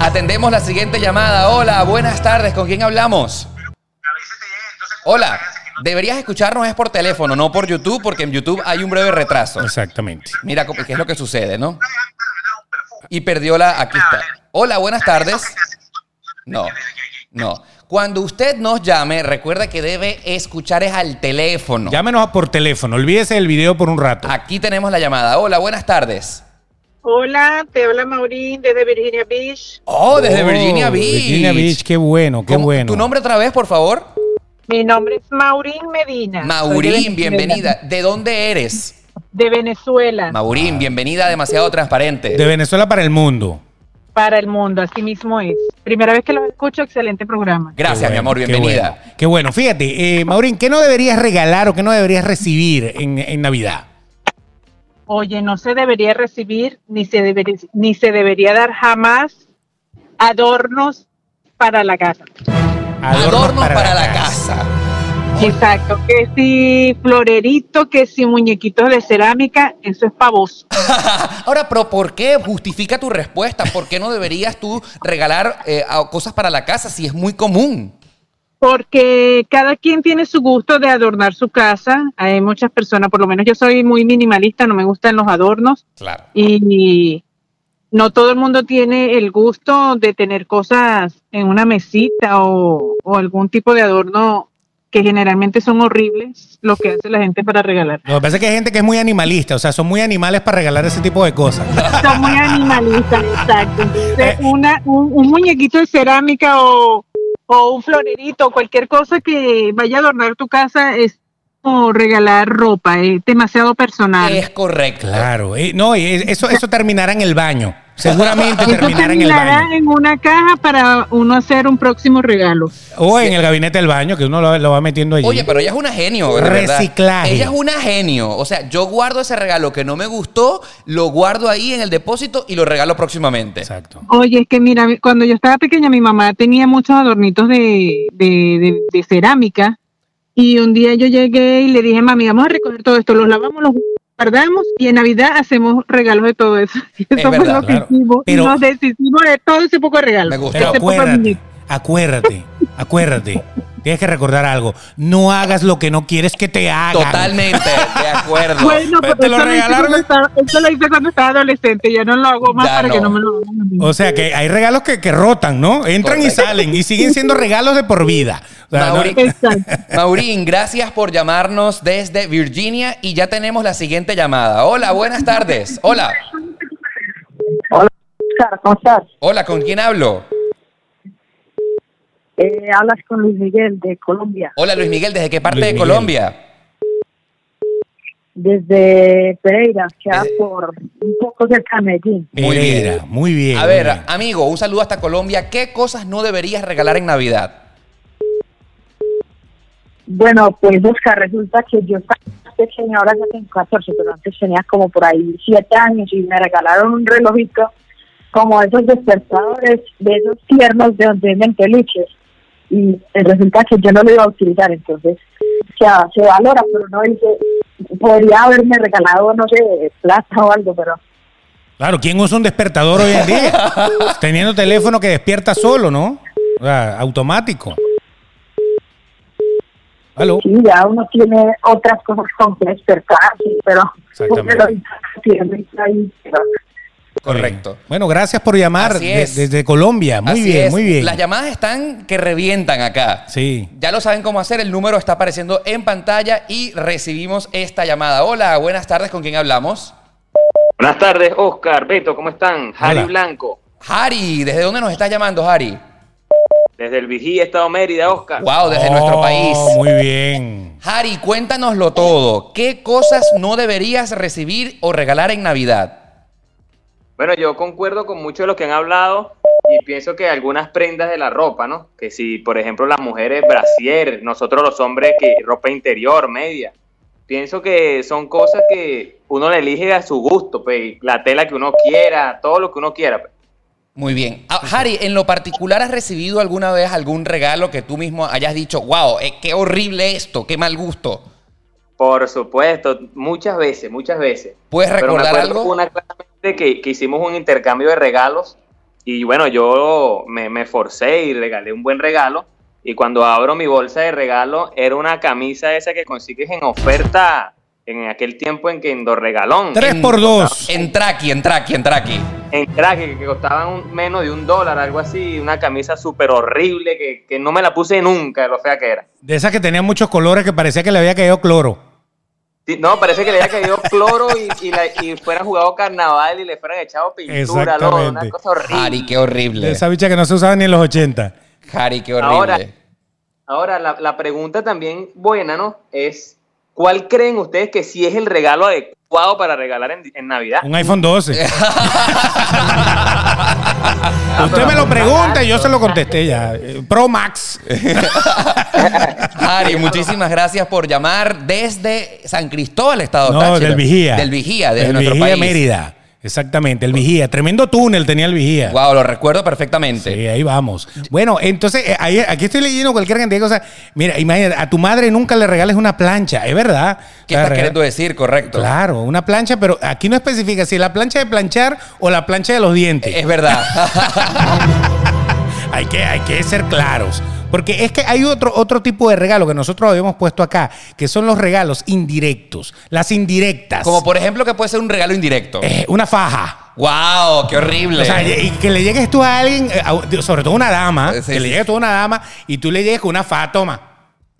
Speaker 1: Atendemos la siguiente llamada. Hola, buenas tardes. ¿Con quién hablamos? Hola, deberías escucharnos es por teléfono, no por YouTube, porque en YouTube hay un breve retraso.
Speaker 2: Exactamente.
Speaker 1: Mira cómo- qué es lo que sucede, ¿no? Y perdió la... Aquí está. Hola, buenas tardes. No, no. Cuando usted nos llame, recuerda que debe escuchar es al teléfono.
Speaker 2: Llámenos por teléfono. Olvídese del video por un rato.
Speaker 1: Aquí tenemos la llamada. Hola, buenas tardes.
Speaker 7: Hola, te habla Maurín desde Virginia Beach.
Speaker 1: Oh, desde
Speaker 2: Oh,
Speaker 1: Virginia Beach.
Speaker 2: Virginia Beach, qué bueno, qué
Speaker 1: ¿Cómo-
Speaker 2: bueno.
Speaker 1: ¿Tu nombre otra vez, por favor?
Speaker 7: Mi nombre es Maurín Medina. Soy de
Speaker 1: Maurín,
Speaker 7: Venezuela.
Speaker 1: bienvenida. ¿De dónde eres?
Speaker 7: De Venezuela
Speaker 1: Maurín, bienvenida a Demasiado Transparente.
Speaker 2: De Venezuela para el mundo.
Speaker 7: para el mundo, así mismo es. Primera vez que los escucho, excelente programa.
Speaker 1: Gracias,
Speaker 2: Qué
Speaker 1: mi
Speaker 2: bueno,
Speaker 1: amor,
Speaker 2: qué
Speaker 1: bienvenida.
Speaker 2: bueno. Qué bueno, fíjate, eh, Maurín, ¿qué no deberías regalar o qué no deberías recibir en, en Navidad?
Speaker 7: Oye, no se debería recibir ni se, debería, ni se debería dar jamás adornos para la casa.
Speaker 1: Adornos, para, la casa.
Speaker 7: Exacto, que si florerito, que si muñequitos de cerámica, eso es pavoso.
Speaker 1: Ahora, pero ¿por qué? Justifica tu respuesta. ¿Por qué no deberías tú regalar eh, a- cosas para la casa si es muy común?
Speaker 7: Porque cada quien tiene su gusto de adornar su casa. Hay muchas personas, por lo menos yo soy muy minimalista, no me gustan los adornos.
Speaker 1: Claro.
Speaker 7: y no todo el mundo tiene el gusto de tener cosas en una mesita o, o algún tipo de adorno que generalmente son horribles lo que hace la gente para regalar.
Speaker 2: Lo que pasa es que hay gente que es muy animalista, o sea, son muy animales para regalar ese tipo de cosas.
Speaker 7: Son muy animalistas, exacto. Entonces,
Speaker 2: Eh.
Speaker 7: una, un, un muñequito de cerámica o, o un florerito, cualquier cosa que vaya a adornar tu casa es como regalar ropa, es demasiado personal.
Speaker 1: Es correcto.
Speaker 2: Claro, eh, no, y eso, eso terminará en el baño. Seguramente
Speaker 7: Eso
Speaker 2: terminará en el baño.
Speaker 7: terminará en una caja para uno hacer un próximo regalo.
Speaker 2: O en el gabinete del baño, que uno lo, lo va metiendo allí.
Speaker 1: Oye, pero ella es una genio, de verdad.
Speaker 2: Reciclaje.
Speaker 1: Ella es una genio. O sea, yo guardo ese regalo que no me gustó, lo guardo ahí en el depósito y lo regalo próximamente.
Speaker 2: Exacto.
Speaker 7: Oye, es que mira, cuando yo estaba pequeña, mi mamá tenía muchos adornitos de, de, de- de cerámica. Y un día yo llegué y le dije, mami, vamos a recoger todo esto, los lavamos, los guardamos y en Navidad hacemos regalos de todo eso. Y
Speaker 1: Es
Speaker 7: eso fue
Speaker 1: verdad,
Speaker 7: lo que
Speaker 2: claro.
Speaker 7: hicimos.
Speaker 2: Pero-
Speaker 7: y nos deshicimos de todo ese poco de regalos.
Speaker 1: Me gustó.
Speaker 2: Pero
Speaker 7: Ese poco de
Speaker 2: acuérdate,
Speaker 7: muñecos.
Speaker 2: acuérdate, acuérdate. Tienes que recordar algo. No hagas lo que no quieres que te hagan.
Speaker 1: Totalmente, de acuerdo.
Speaker 7: Bueno,
Speaker 2: Pero
Speaker 7: pero
Speaker 2: te lo
Speaker 7: eso, lo hice
Speaker 2: regalaron.
Speaker 7: cuando estaba, eso lo hice cuando estaba adolescente. Ya no lo hago más
Speaker 1: Ya
Speaker 7: para
Speaker 1: no.
Speaker 7: que no me lo hagan. a mí.
Speaker 2: O sea que hay regalos que, que rotan, ¿no? Entran
Speaker 1: Correcto.
Speaker 2: y salen y siguen siendo regalos de por vida. O sea, no-
Speaker 1: Mauri-
Speaker 7: Exacto.
Speaker 1: Maurín, gracias por llamarnos desde Virginia y ya tenemos la siguiente llamada. Hola, buenas tardes. Hola.
Speaker 8: Oscar, ¿cómo estás?
Speaker 1: Hola, ¿con quién hablo?
Speaker 8: Eh, hablas con Luis Miguel de Colombia,
Speaker 1: Hola, Luis Miguel, ¿desde qué parte
Speaker 2: Luis
Speaker 1: de
Speaker 2: Miguel.
Speaker 1: Colombia?
Speaker 8: desde Pereira, que va
Speaker 1: Eh.
Speaker 8: por un poco cerca de Medellín.
Speaker 1: Muy bien.
Speaker 2: Pereira, muy bien.
Speaker 1: A
Speaker 2: muy
Speaker 1: ver,
Speaker 2: bien.
Speaker 1: amigo, un saludo hasta Colombia. ¿Qué cosas no deberías regalar en Navidad?
Speaker 8: Bueno, pues Oscar, resulta que yo estaba más pequeña, ahora ya tengo 14, pero antes tenía como por ahí 7 años y me regalaron un relojito como esos despertadores, de esos tiernos de donde venden peluches. Y eh, resulta que yo no lo iba a utilizar, entonces ya se valora, pero no dice, podría haberme regalado, no sé, plata o algo, pero
Speaker 2: Claro, ¿quién usa un despertador hoy en día? Teniendo teléfono que despierta solo, ¿no? O sea, automático. ¿Aló?
Speaker 8: Sí, ya uno tiene otras cosas con que despertarse, pero
Speaker 2: Exactamente.
Speaker 8: uno lo tiene ahí, pero
Speaker 1: Correcto.
Speaker 2: Bueno, gracias por llamar
Speaker 1: Así es.
Speaker 2: de- desde Colombia. Muy
Speaker 1: Así
Speaker 2: bien,
Speaker 1: es,
Speaker 2: muy bien.
Speaker 1: Las llamadas están que revientan acá.
Speaker 2: Sí.
Speaker 1: Ya lo saben cómo hacer, el número está apareciendo en pantalla y recibimos esta llamada. Hola, buenas tardes, ¿con quién hablamos?
Speaker 9: Buenas tardes, Oscar, Beto, ¿cómo están? Harry
Speaker 2: Hola.
Speaker 9: Blanco,
Speaker 1: Hari, ¿desde dónde nos estás llamando, Hari?
Speaker 9: desde el Vigía, Estado Mérida, Oscar.
Speaker 1: Wow, Ah, desde
Speaker 2: Oh,
Speaker 1: nuestro país.
Speaker 2: Muy bien.
Speaker 1: Hari, cuéntanoslo todo. ¿Qué cosas no deberías recibir o regalar en Navidad?
Speaker 9: Bueno, yo concuerdo con muchos de los que han hablado y pienso que algunas prendas de la ropa, ¿no? Que si, por ejemplo, las mujeres brasier, nosotros los hombres que ropa interior, media. Pienso que son cosas que uno le elige a su gusto, pues, la tela que uno quiera, todo lo que uno quiera. pues.
Speaker 1: Muy bien. Ah, Hari, en lo particular, ¿has recibido alguna vez algún regalo que tú mismo hayas dicho, wow, eh, qué horrible esto, qué mal gusto?
Speaker 9: Por supuesto, muchas veces, muchas veces.
Speaker 1: ¿Puedes recordar
Speaker 9: Pero me acuerdo
Speaker 1: algo?
Speaker 9: una claramente que, que hicimos un intercambio de regalos y bueno, yo me, me forcé y regalé un buen regalo y cuando abro mi bolsa de regalo era una camisa esa que consigues en oferta en aquel tiempo en que en Dos Regalón,
Speaker 2: Tres
Speaker 1: En-
Speaker 2: por dos.
Speaker 1: Entra aquí, entra aquí, entra aquí.
Speaker 9: en traje que costaban un- menos de un dólar, algo así, una camisa súper horrible que, que no me la puse nunca, de lo fea que era.
Speaker 2: De esas que tenían muchos colores que parecía que le había caído cloro.
Speaker 9: Sí, No, parece que le había caído cloro y, y, la- y fueran jugado carnaval y le fueran echado pintura, lodo, una
Speaker 2: Exactamente.
Speaker 9: cosa horrible.
Speaker 1: Hari, qué
Speaker 2: De
Speaker 1: horrible.
Speaker 2: esa bicha que no se usaba ni en los 80.
Speaker 1: Hari, qué horrible.
Speaker 9: Ahora- Ahora, la, la pregunta también buena, ¿no? Es, ¿cuál creen ustedes que sí es el regalo adecuado para regalar en, en Navidad?
Speaker 2: Un iPhone 12. Usted me lo pregunta y yo se lo contesté ya. Eh, Pro Max.
Speaker 1: Ari, muchísimas gracias por llamar desde San Cristóbal, Estado
Speaker 2: No,
Speaker 1: Táchira.
Speaker 2: del Vigía.
Speaker 1: Del Vigía, desde
Speaker 2: Del
Speaker 1: nuestro
Speaker 2: Vigía,
Speaker 1: país.
Speaker 2: Mérida. Exactamente, el Vigía. Tremendo túnel tenía el Vigía.
Speaker 1: Wow, lo recuerdo perfectamente.
Speaker 2: Sí, ahí vamos. Bueno, entonces, eh, ahí- aquí estoy leyendo cualquier cantidad de cosas. Mira, imagínate, a tu madre nunca le regales una plancha, es verdad.
Speaker 1: ¿Qué
Speaker 2: O sea,
Speaker 1: estás
Speaker 2: regala-
Speaker 1: queriendo decir? Correcto.
Speaker 2: Claro, una plancha, pero aquí no especifica si la plancha de planchar o la plancha de los dientes.
Speaker 1: Es verdad.
Speaker 2: Hay que, hay que ser claros. Porque es que hay otro, otro tipo de regalo que nosotros habíamos puesto acá, que son los regalos indirectos, las indirectas.
Speaker 1: Como por ejemplo que puede ser un regalo indirecto.
Speaker 2: Eh, una faja.
Speaker 1: Wow, Oh, qué horrible.
Speaker 2: O sea, y que le llegues tú a alguien, eh, a- sobre todo una dama,
Speaker 1: Eh, sí,
Speaker 2: que le
Speaker 1: sí.
Speaker 2: llegues tú a una dama y tú le llegues con una faja, toma.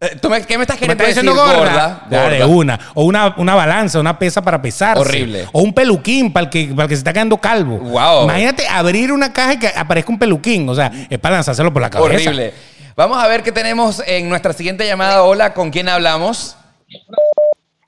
Speaker 1: Eh, ¿tú me- ¿Qué me estás
Speaker 2: ¿Qué me
Speaker 1: queriendo
Speaker 2: está diciendo
Speaker 1: decir,
Speaker 2: gorda?
Speaker 1: gorda?
Speaker 2: Ya, de
Speaker 1: Gorda.
Speaker 2: una. O una, una balanza, una pesa para pesarse.
Speaker 1: Horrible.
Speaker 2: O un peluquín para el que, para el que se está quedando calvo.
Speaker 1: Guau.
Speaker 2: Imagínate abrir una caja y que aparezca un peluquín. O sea, es para lanzárselo por la cabeza.
Speaker 1: Horrible. Vamos a ver qué tenemos en nuestra siguiente llamada. Hola, ¿con quién hablamos?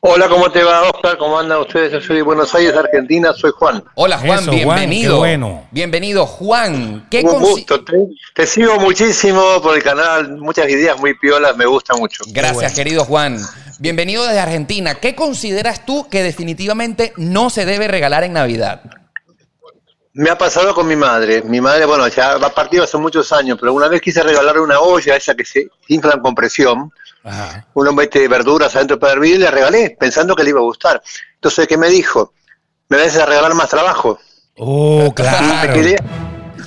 Speaker 10: Hola, ¿cómo te va, Oscar? ¿Cómo andan ustedes? Yo soy de Buenos Aires, Argentina, soy Juan.
Speaker 1: Hola, Juan,
Speaker 2: Eso, Juan,
Speaker 1: bienvenido.
Speaker 2: qué bueno.
Speaker 1: Bienvenido, Juan. ¿Qué
Speaker 10: Un
Speaker 1: consi-
Speaker 10: gusto. Te, te sigo muchísimo por el canal, muchas ideas muy piolas, me gusta mucho.
Speaker 1: Gracias,
Speaker 2: bueno.
Speaker 1: querido Juan. Bienvenido desde Argentina. ¿Qué consideras tú que definitivamente no se debe regalar en Navidad?
Speaker 10: Me ha pasado con mi madre. Mi madre, bueno, ya ha partido hace muchos años, pero una vez quise regalarle una olla, esa que se inflan con presión.
Speaker 2: Ajá.
Speaker 10: uno mete verduras adentro para hervir y le regalé, pensando que le iba a gustar. Entonces, ¿qué me dijo? Me vas a regalar más trabajo.
Speaker 2: Oh,
Speaker 10: Me
Speaker 2: claro.
Speaker 10: quedé,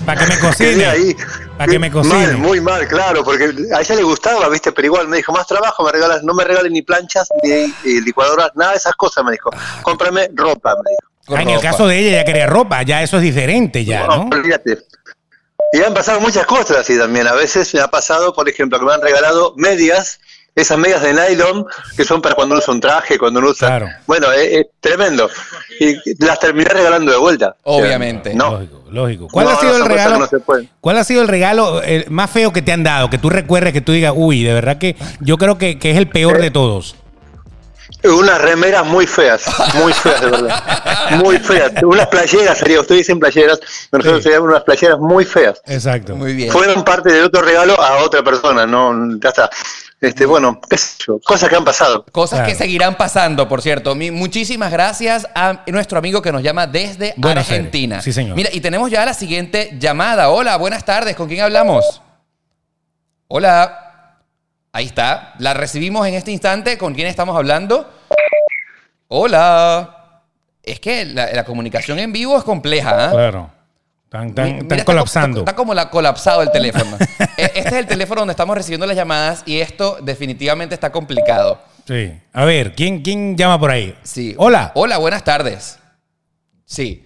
Speaker 2: Para que me
Speaker 10: quedé
Speaker 2: cocine.
Speaker 10: ahí.
Speaker 2: Para que me
Speaker 10: Mal,
Speaker 2: cocine.
Speaker 10: muy mal, claro, porque a ella le gustaba, viste, pero igual me dijo, más trabajo, me regalas, no me regales ni planchas, ni eh, licuadoras, nada de esas cosas, me dijo. Cómprame ropa, me dijo.
Speaker 1: Con
Speaker 2: Ah, en el
Speaker 1: ropa.
Speaker 2: caso de ella ya quería ropa, ya eso es diferente ya, ¿no?
Speaker 10: No, olvídate. Y han pasado muchas cosas así también. A veces me ha pasado, por ejemplo, que me han regalado medias, esas medias de nylon, que son para cuando uno usa un traje, cuando uno usa...
Speaker 2: Claro.
Speaker 10: Bueno, es, es tremendo. Y las terminé regalando de vuelta.
Speaker 1: Obviamente.
Speaker 10: No.
Speaker 2: Lógico, lógico. ¿Cuál
Speaker 10: No,
Speaker 2: ha sido
Speaker 10: no,
Speaker 2: el
Speaker 10: son cosas
Speaker 2: regalo?
Speaker 10: que no se pueden.
Speaker 2: ¿Cuál ha sido el regalo eh, más feo que te han dado? Que tú recuerdes, que tú digas, uy, de verdad que yo creo que, que es el peor de todos.
Speaker 10: Unas remeras muy feas, muy feas, de verdad. Muy feas. Unas playeras, sería. Ustedes dicen playeras, nosotros
Speaker 2: Sí.
Speaker 10: serían unas playeras muy feas.
Speaker 2: Exacto.
Speaker 1: Muy bien.
Speaker 10: Fueron parte del otro regalo a otra persona, no, ya está. Este, bueno, qué sé yo, cosas que han pasado.
Speaker 1: Cosas
Speaker 2: Claro.
Speaker 1: que seguirán pasando, por cierto. Mi- muchísimas gracias a nuestro amigo que nos llama desde
Speaker 2: Buenos
Speaker 1: Argentina.
Speaker 2: Aires. Sí, señor.
Speaker 1: Mira, y tenemos ya la siguiente llamada. Hola, buenas tardes. ¿Con quién hablamos? Hola. Ahí está. La recibimos en este instante. ¿Con quién estamos hablando? Hola. Es que la, la comunicación en vivo es compleja. ¿ah?
Speaker 2: Claro. Están, están-
Speaker 1: Mi-
Speaker 2: están
Speaker 1: mira, está co-
Speaker 2: colapsando.
Speaker 1: Está, está como la, colapsado el teléfono. E- este es el teléfono donde estamos recibiendo las llamadas y esto definitivamente está complicado.
Speaker 2: Sí. A ver, ¿quién, quién llama por ahí?
Speaker 1: Sí.
Speaker 2: Hola.
Speaker 1: Hola, buenas tardes. Sí.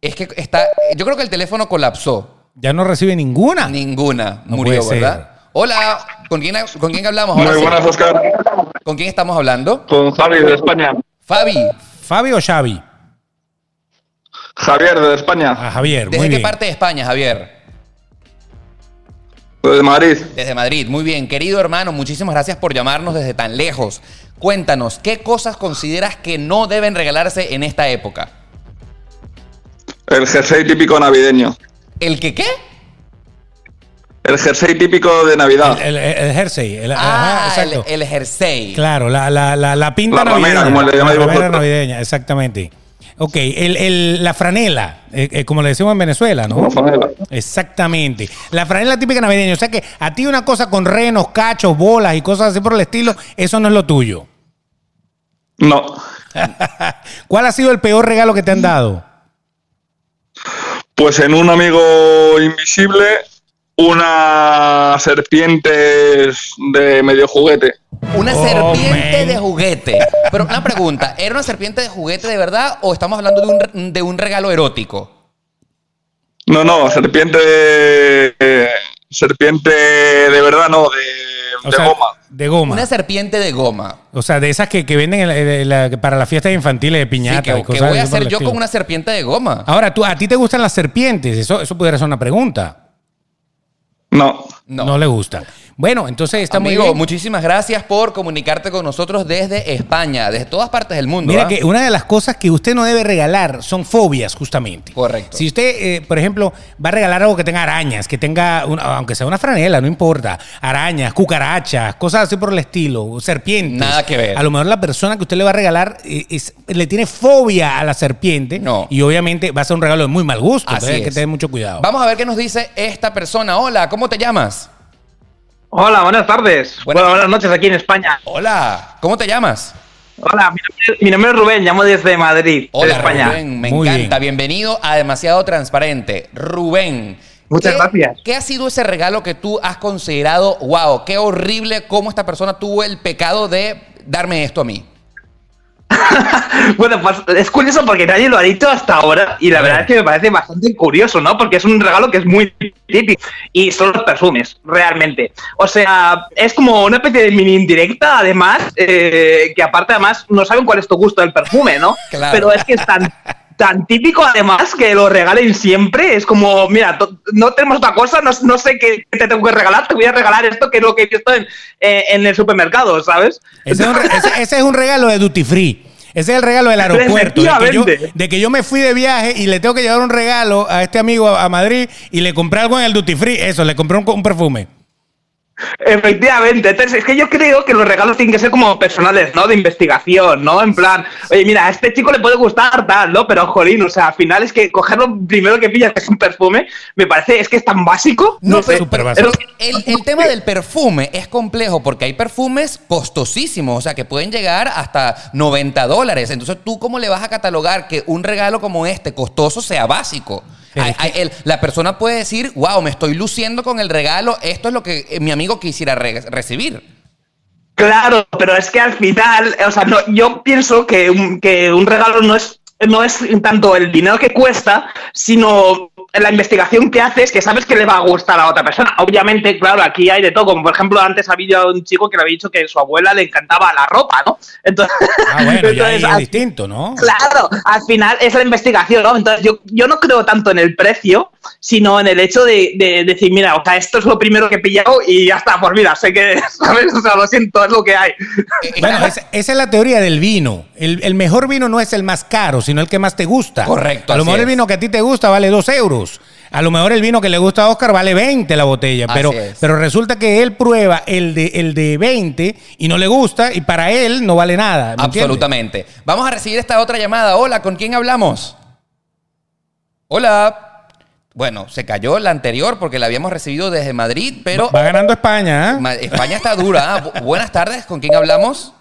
Speaker 1: Es que está. Yo creo que el teléfono colapsó.
Speaker 2: Ya no recibe ninguna.
Speaker 1: Ninguna
Speaker 2: No
Speaker 1: murió,
Speaker 2: puede ser.
Speaker 1: ¿verdad? Hola, ¿con quién, ¿con quién hablamos ahora?
Speaker 4: Muy
Speaker 1: sí?
Speaker 4: buenas, Oscar.
Speaker 1: ¿Con quién estamos hablando?
Speaker 4: Con Javi de España.
Speaker 1: Fabi,
Speaker 2: Fabio o Xavi.
Speaker 4: Javier de España.
Speaker 2: Ah, Javier.
Speaker 1: ¿desde
Speaker 2: muy
Speaker 1: qué
Speaker 2: bien.
Speaker 1: parte de España, Javier?
Speaker 4: De Madrid.
Speaker 1: Desde Madrid, muy bien. Querido hermano, muchísimas gracias por llamarnos desde tan lejos. Cuéntanos, ¿qué cosas consideras que no deben regalarse en esta época?
Speaker 4: El jersey típico navideño.
Speaker 1: ¿El que qué?
Speaker 4: El jersey típico de Navidad.
Speaker 2: El, el- el jersey. el- ajá,
Speaker 1: Ah, el,
Speaker 2: exacto.
Speaker 1: el jersey.
Speaker 2: Claro, la, la, la, la pinta
Speaker 4: La
Speaker 2: navideña.
Speaker 4: remera, como le llamáis
Speaker 2: la remera
Speaker 4: vosotros.
Speaker 2: navideña, exactamente. Ok, el, el- la franela, eh, eh, como le decimos en Venezuela, ¿no?
Speaker 4: Una franela.
Speaker 2: Exactamente. La franela típica navideña. O sea que a ti una cosa con renos, cachos, bolas y cosas así por el estilo, eso no es lo tuyo.
Speaker 4: No.
Speaker 2: ¿Cuál ha sido el peor regalo que te han dado?
Speaker 4: Pues en un amigo invisible, unas serpientes de medio juguete.
Speaker 1: Una
Speaker 2: Oh,
Speaker 1: serpiente
Speaker 2: man.
Speaker 1: de juguete. Pero una pregunta, ¿era una serpiente de juguete de verdad o estamos hablando de un, re- de un regalo erótico?
Speaker 4: No, no, serpiente. eh, serpiente de verdad, no, de,
Speaker 2: O
Speaker 4: de
Speaker 2: sea,
Speaker 4: goma.
Speaker 2: De goma.
Speaker 1: Una serpiente de goma.
Speaker 2: O sea, de esas que, que venden en la- en la- para las fiestas infantiles de
Speaker 1: Sí,
Speaker 2: piñata.
Speaker 1: que,
Speaker 2: y
Speaker 1: que
Speaker 2: Ah, cosas
Speaker 1: voy a
Speaker 2: así por
Speaker 1: hacer
Speaker 2: el
Speaker 1: yo
Speaker 2: estilo.
Speaker 1: con una serpiente de goma.
Speaker 2: Ahora, ¿tú, ¿a ti te gustan las serpientes? Eso, eso pudiera ser una pregunta.
Speaker 4: No.
Speaker 1: No.
Speaker 2: le gustan. Bueno, entonces está
Speaker 1: Amigo,
Speaker 2: muy bien.
Speaker 1: muchísimas gracias por comunicarte con nosotros desde España, desde todas partes del mundo.
Speaker 2: Mira
Speaker 1: ¿ah?
Speaker 2: que una de las cosas que usted no debe regalar son fobias, justamente.
Speaker 1: Correcto.
Speaker 2: Si usted, eh, por ejemplo, va a regalar algo que tenga arañas, que tenga, una- aunque sea una franela, no importa, arañas, cucarachas, cosas así por el estilo, serpientes.
Speaker 1: Nada que ver.
Speaker 2: A lo mejor la persona que usted le va a regalar eh, es- le tiene fobia a la serpiente.
Speaker 1: No.
Speaker 2: Y obviamente va a ser un regalo de muy mal gusto.
Speaker 1: Así
Speaker 2: entonces hay que
Speaker 1: es.
Speaker 2: tener mucho cuidado.
Speaker 1: Vamos a ver qué nos dice esta persona. Hola, ¿cómo te llamas?
Speaker 11: Hola, buenas tardes.
Speaker 1: Buenas-
Speaker 11: Buenas, buenas noches aquí en España.
Speaker 1: Hola, ¿cómo te llamas?
Speaker 11: Hola, mi nombre, mi nombre es Rubén, llamo desde Madrid,
Speaker 1: Hola,
Speaker 11: de España.
Speaker 1: Rubén, me
Speaker 2: Muy
Speaker 1: encanta. Bienvenido a Demasiado Transparente. Rubén.
Speaker 11: Muchas
Speaker 1: ¿qué-
Speaker 11: gracias.
Speaker 1: ¿Qué ha sido ese regalo que tú has considerado, wow, qué horrible cómo esta persona tuvo el pecado de darme esto a mí?
Speaker 11: Bueno, pues es curioso porque nadie lo ha dicho hasta ahora y la verdad es que me parece bastante curioso, ¿no? Porque es un regalo que es muy típico y son los perfumes, realmente. O sea, es como una especie de mini indirecta, además, eh, que aparte además no saben cuál es tu gusto del perfume, ¿no?
Speaker 1: Claro.
Speaker 11: Pero es que es tan, tan típico además que lo regalen siempre. Es como, mira, to- no tenemos otra cosa, no, no sé qué te tengo que regalar, te voy a regalar esto que es lo que he visto en, eh, en el supermercado, ¿sabes?
Speaker 2: Ese es, un, re- ese- ese es un regalo de Duty Free. Ese es el regalo del aeropuerto. De que, yo,
Speaker 11: Efectivamente.
Speaker 2: de que yo me fui de viaje y le tengo que llevar un regalo a este amigo a, a Madrid y le compré algo en el Duty Free. Eso, le compré un, un perfume.
Speaker 11: Efectivamente, entonces es que yo creo que los regalos tienen que ser como personales, ¿no? De investigación, ¿no? En plan, oye, mira, a este chico le puede gustar tal, ¿no? Pero jolín, o sea, al final es que coger lo primero que pillas, que es un perfume, me parece, es que es tan básico. No,
Speaker 2: No,
Speaker 11: sé.
Speaker 2: súper básico.
Speaker 11: Pero-
Speaker 1: El, el tema del perfume es complejo porque hay perfumes costosísimos, o sea, que pueden llegar hasta 90 dólares. Entonces, ¿tú cómo le vas a catalogar que un regalo como este costoso sea básico?
Speaker 2: Pero
Speaker 1: Hay-
Speaker 2: es que-
Speaker 1: hay- el- la persona puede decir, wow, me estoy luciendo con el regalo, esto es lo que eh, mi amigo quisiera re- recibir.
Speaker 11: Claro, pero es que al final, eh, o sea, no, yo pienso que un, que un regalo no es, no es tanto el dinero que cuesta, sino la investigación que haces, que sabes que le va a gustar a otra persona. Obviamente, claro, aquí hay de todo, como por ejemplo antes había un chico que le había dicho que su abuela le encantaba la ropa, ¿no? Entonces,
Speaker 2: Ah, bueno, ya ahí
Speaker 11: entonces,
Speaker 2: es
Speaker 11: al-
Speaker 2: distinto, ¿no?
Speaker 11: Claro, al final es la investigación, ¿no? Entonces yo, yo no creo tanto en el precio, sino en el hecho de, de decir, mira, o sea, esto es lo primero que he pillado y ya está, pues mira, sé que, ¿sabes? O sea, lo siento, es lo que hay.
Speaker 2: Bueno, esa, esa es la teoría del vino. El, el mejor vino no es el más caro, sino el que más te gusta.
Speaker 1: Correcto,
Speaker 2: A lo
Speaker 1: así
Speaker 2: mejor el
Speaker 1: es.
Speaker 2: vino que a ti te gusta vale 2 euros. A lo mejor el vino que le gusta a Oscar vale 20 la botella.
Speaker 1: Así
Speaker 2: Pero,
Speaker 1: es.
Speaker 2: pero resulta que él prueba el de, el de 20 y no le gusta y para él no vale nada. ¿me entiendes?
Speaker 1: Absolutamente. Vamos a recibir esta otra llamada. Hola, ¿con quién hablamos? Hola. Bueno, se cayó la anterior porque la habíamos recibido desde Madrid, pero
Speaker 2: Va ganando España, ¿eh?
Speaker 1: Ma- España está dura. Ah, bu- buenas tardes, ¿con quién hablamos?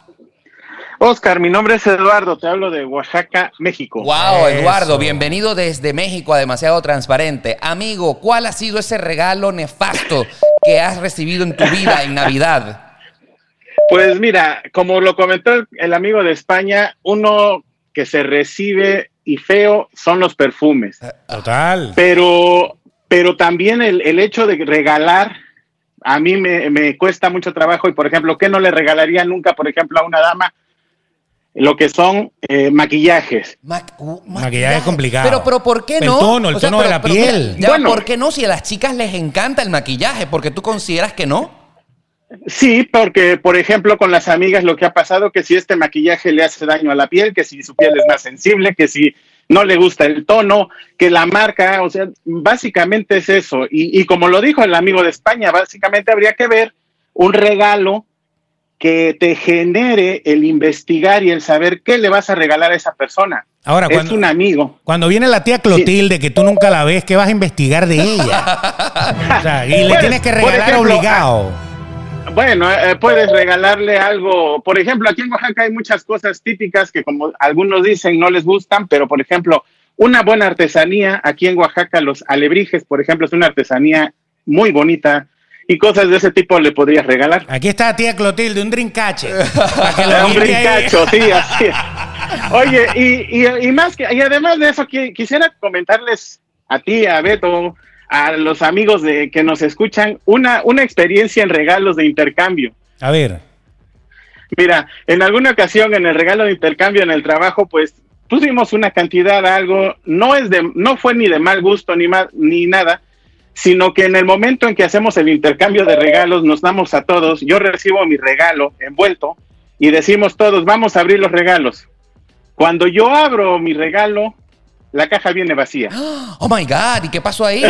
Speaker 12: Oscar, mi nombre es Eduardo, te hablo de Oaxaca, México.
Speaker 1: Wow, Eduardo,
Speaker 2: Eso.
Speaker 1: bienvenido desde México a Demasiado Transparente. Amigo, ¿cuál ha sido ese regalo nefasto que has recibido en tu vida en Navidad?
Speaker 12: Pues mira, como lo comentó el, el amigo de España, uno que se recibe y feo son los perfumes.
Speaker 1: Eh.
Speaker 2: Total.
Speaker 12: Pero, pero también el, el hecho de regalar, a mí me, me cuesta mucho trabajo. Y por ejemplo, ¿qué no le regalaría nunca, por ejemplo, a una dama? Lo que son eh, maquillajes.
Speaker 1: uh, Ma- u-
Speaker 2: Maquillaje es complicado.
Speaker 1: Pero, pero ¿por qué
Speaker 2: El
Speaker 1: no?
Speaker 2: tono, el tono de la piel.
Speaker 1: mira, ya,
Speaker 12: Bueno.
Speaker 1: ¿por qué no? Si a las chicas les encanta el maquillaje, ¿por qué tú consideras que no?
Speaker 12: Sí, porque por ejemplo con las amigas lo que ha pasado que si este maquillaje le hace daño a la piel, que si su piel es más sensible, que si no le gusta el tono, que la marca, o sea, básicamente es eso. Y, y como lo dijo el amigo de España, básicamente habría que ver un regalo que te genere el investigar y el saber qué le vas a regalar a esa persona.
Speaker 2: Ahora,
Speaker 12: es
Speaker 2: cuando,
Speaker 12: un amigo.
Speaker 2: cuando viene la tía Clotilde, que tú nunca la ves, ¿qué vas a investigar de ella? O sea, y le
Speaker 12: Pues,
Speaker 2: tienes que
Speaker 12: por
Speaker 2: regalar
Speaker 12: ejemplo, ah.
Speaker 2: obligado.
Speaker 12: Bueno, eh, puedes regalarle algo. Por ejemplo, aquí en Oaxaca hay muchas cosas típicas que como algunos dicen no les gustan, pero por ejemplo, una buena artesanía aquí en Oaxaca, los alebrijes, por ejemplo, es una artesanía muy bonita y cosas de ese tipo le podrías regalar.
Speaker 2: Aquí está tía Clotilde, un drincache. Para que
Speaker 12: Ah,
Speaker 2: lo
Speaker 12: un
Speaker 2: invite ahí.
Speaker 12: brincacho, sí, así es. Oye, y, y- y más que, y además de eso, qui- quisiera comentarles a ti, a Beto, a los amigos de, que nos escuchan, una, una experiencia en regalos de intercambio.
Speaker 2: A ver.
Speaker 12: Mira, en alguna ocasión en el regalo de intercambio en el trabajo, pues pusimos una cantidad a algo, no es de, no fue ni de mal gusto ni mal, ni nada, sino que en el momento en que hacemos el intercambio de regalos, nos damos a todos, yo recibo mi regalo envuelto y decimos todos, vamos a abrir los regalos. Cuando yo abro mi regalo, la caja viene vacía.
Speaker 1: Oh my God, ¿y qué pasó ahí?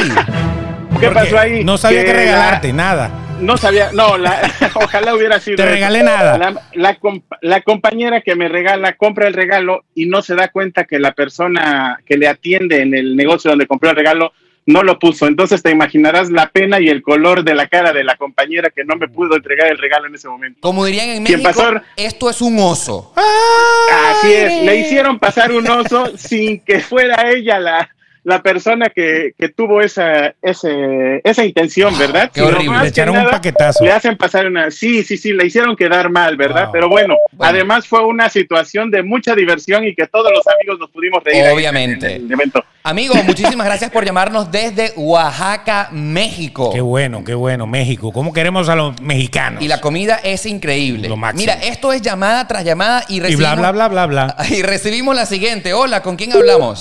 Speaker 12: ¿Qué pasó ahí?
Speaker 2: No sabía qué
Speaker 12: la-
Speaker 2: regalarte, nada.
Speaker 12: no sabía, no, la- ojalá hubiera sido.
Speaker 2: Te
Speaker 12: eso.
Speaker 2: regalé nada.
Speaker 12: La, la com- la compañera que me regala compra el regalo y no se da cuenta que la persona que le atiende en el negocio donde compró el regalo no lo puso. Entonces te imaginarás la pena y el color de la cara de la compañera que no me pudo entregar el regalo en ese momento.
Speaker 1: Como dirían en
Speaker 12: ¿Quién
Speaker 1: México,
Speaker 12: pasó?
Speaker 1: esto es un oso.
Speaker 12: Ah, Así es, le hicieron pasar un oso sin que fuera ella la, la persona que, que tuvo esa, ese, esa intención, ¿verdad?
Speaker 2: Ah, qué
Speaker 12: Sino
Speaker 2: horrible,
Speaker 12: más
Speaker 2: le
Speaker 12: que
Speaker 2: echaron un
Speaker 12: nada,
Speaker 2: paquetazo.
Speaker 12: Le hacen pasar una... Sí, sí, sí, le hicieron quedar mal, ¿verdad?
Speaker 2: Wow.
Speaker 12: Pero bueno, además fue una situación de mucha diversión y que todos los amigos nos pudimos reír. ahí
Speaker 1: Obviamente.
Speaker 12: En el evento.
Speaker 1: Amigos, muchísimas gracias por llamarnos desde Oaxaca, México.
Speaker 2: Qué bueno, qué bueno, México. ¿Cómo queremos a los mexicanos?
Speaker 1: Y la comida es increíble.
Speaker 2: Lo máximo.
Speaker 1: Mira, esto es llamada tras llamada y
Speaker 2: Y
Speaker 1: recibimos,
Speaker 2: bla, bla, bla, bla, bla.
Speaker 1: Y recibimos la siguiente. Hola, ¿con quién hablamos?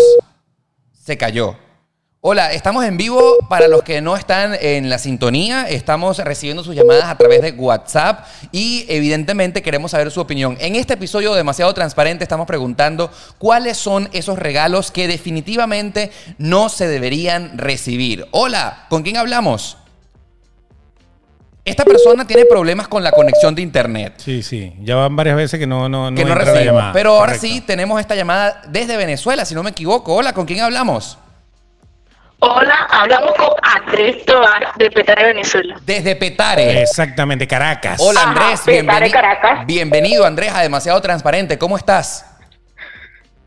Speaker 1: Se cayó. Hola, estamos en vivo para los que no están en la sintonía. Estamos recibiendo sus llamadas a través de WhatsApp y evidentemente queremos saber su opinión. En este episodio de demasiado transparente estamos preguntando cuáles son esos regalos que definitivamente no se deberían recibir. Hola, ¿con quién hablamos? Esta persona tiene problemas con la conexión de internet
Speaker 2: Sí, sí. Ya van varias veces que no, no, no
Speaker 1: que no
Speaker 2: entra la
Speaker 1: recibimos.
Speaker 2: llamada.
Speaker 1: Pero ahora
Speaker 2: Ah, Correcto.
Speaker 1: sí tenemos esta llamada desde Venezuela, si no me equivoco. Hola, ¿con quién hablamos?
Speaker 13: Hola, hablamos con Andrés Tobar de Petare, Venezuela.
Speaker 1: Desde Petare.
Speaker 2: Exactamente, Caracas.
Speaker 1: Hola Andrés,
Speaker 13: Petare,
Speaker 1: bienveni-
Speaker 13: Caracas.
Speaker 1: bienvenido Andrés a Demasiado Transparente. ¿Cómo estás?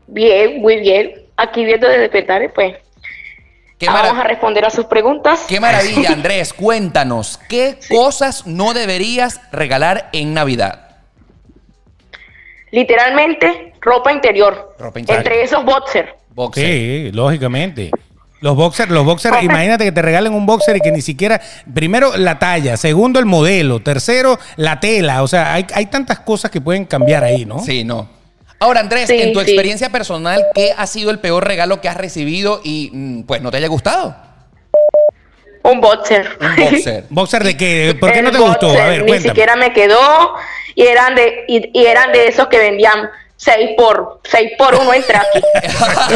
Speaker 13: Bien, muy bien. Aquí viendo desde Petare, pues.
Speaker 1: Qué, mara-
Speaker 13: Vamos a responder a sus preguntas.
Speaker 1: qué maravilla Andrés, cuéntanos, ¿qué cosas no deberías regalar en Navidad?
Speaker 13: Literalmente, ropa interior.
Speaker 1: Ropa interior.
Speaker 13: Entre esos boxer.
Speaker 1: Boxer.
Speaker 2: Sí, lógicamente. Los boxers, los boxers, imagínate que te regalen un boxer y que ni siquiera, primero la talla, segundo el modelo, tercero la tela, o sea, hay, hay tantas cosas que pueden cambiar ahí, ¿no?
Speaker 1: Sí, no. Ahora Andrés,
Speaker 13: Sí,
Speaker 1: en tu
Speaker 13: sí.
Speaker 1: experiencia personal, ¿qué ha sido el peor regalo que has recibido y mm, pues no te haya gustado?
Speaker 13: Un boxer.
Speaker 1: Un boxer.
Speaker 2: ¿Boxer de qué? ¿Por qué
Speaker 13: El
Speaker 2: no te gustó? A
Speaker 13: boxer
Speaker 2: ver,
Speaker 13: ni
Speaker 2: cuéntame.
Speaker 13: siquiera me quedó y eran de y, y eran de esos que vendían 6 por 6 por 1 en traqui.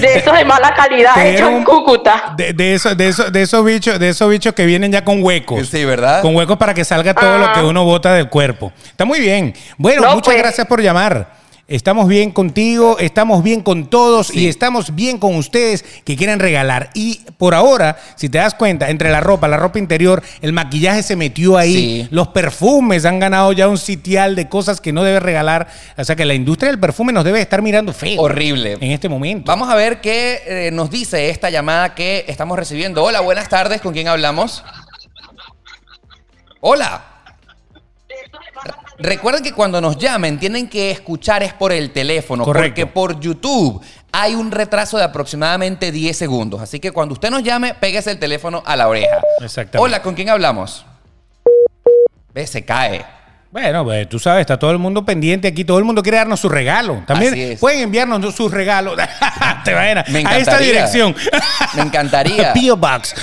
Speaker 13: de esos de mala calidad
Speaker 2: Te
Speaker 13: hechos
Speaker 2: dieron
Speaker 13: en
Speaker 2: un-
Speaker 13: Cúcuta.
Speaker 2: De, de esos, de, esos, de esos bichos, de esos bichos que vienen ya con huecos.
Speaker 1: Sí, ¿verdad?
Speaker 2: Con huecos para que salga todo lo que uno bota del cuerpo. Está muy bien. Bueno,
Speaker 13: Ah. No,
Speaker 2: muchas
Speaker 13: pues.
Speaker 2: gracias por llamar. Estamos bien contigo, estamos bien con todos
Speaker 1: Sí.
Speaker 2: y estamos bien con ustedes que quieren regalar. Y por ahora, si te das cuenta, entre la ropa, la ropa interior, el maquillaje se metió ahí,
Speaker 1: Sí.
Speaker 2: los perfumes han ganado ya un sitial de cosas que no debes regalar. O sea que la industria del perfume nos debe estar mirando feo.
Speaker 1: Horrible.
Speaker 2: En este momento.
Speaker 1: Vamos a ver qué eh, nos dice esta llamada que estamos recibiendo. Hola, buenas tardes. ¿Con quién hablamos? Hola. Recuerden que cuando nos llamen tienen que escuchar es por el teléfono,
Speaker 2: Correcto.
Speaker 1: porque por YouTube hay un retraso de aproximadamente 10 segundos. Así que cuando usted nos llame, pégese el teléfono a la oreja.
Speaker 2: Exactamente.
Speaker 1: Hola, ¿con quién hablamos? Ve, se cae.
Speaker 2: Bueno, pues tú sabes, está todo el mundo pendiente aquí, todo el mundo quiere darnos su regalo.
Speaker 1: Así
Speaker 2: También
Speaker 1: es.
Speaker 2: pueden enviarnos sus regalos. Te imaginas,
Speaker 1: Me
Speaker 2: a esta
Speaker 1: encantaría.
Speaker 2: dirección.
Speaker 1: Me encantaría.
Speaker 2: P.O. Box.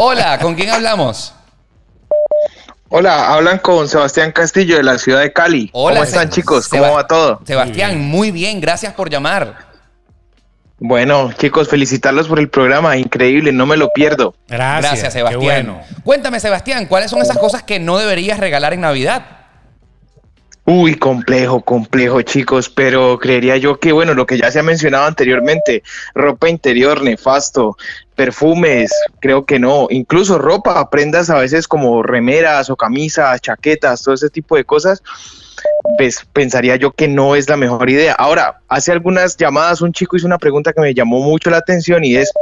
Speaker 1: Hola, ¿con quién hablamos?
Speaker 14: Hola, hablan con Sebastián Castillo de la ciudad de Cali.
Speaker 1: Hola,
Speaker 14: ¿Cómo están
Speaker 1: Seb-
Speaker 14: chicos? ¿Cómo
Speaker 1: Seba-
Speaker 14: va todo?
Speaker 1: Sebastián, muy bien, gracias por llamar.
Speaker 14: Bueno, chicos, felicitarlos por el programa, increíble, no me lo pierdo.
Speaker 2: Gracias,
Speaker 1: Gracias,
Speaker 2: qué
Speaker 1: Sebastián.
Speaker 2: bueno.
Speaker 1: Cuéntame, Sebastián, ¿cuáles son esas cosas que no deberías regalar en Navidad?
Speaker 14: Uy, complejo, complejo, chicos, pero creería yo que, bueno, lo que ya se ha mencionado anteriormente, ropa interior, nefasto, perfumes, creo que no, incluso ropa, prendas a veces como remeras o camisas, chaquetas, todo ese tipo de cosas, pues pensaría yo que no es la mejor idea. Ahora, hace algunas llamadas un chico hizo una pregunta que me llamó mucho la atención y es,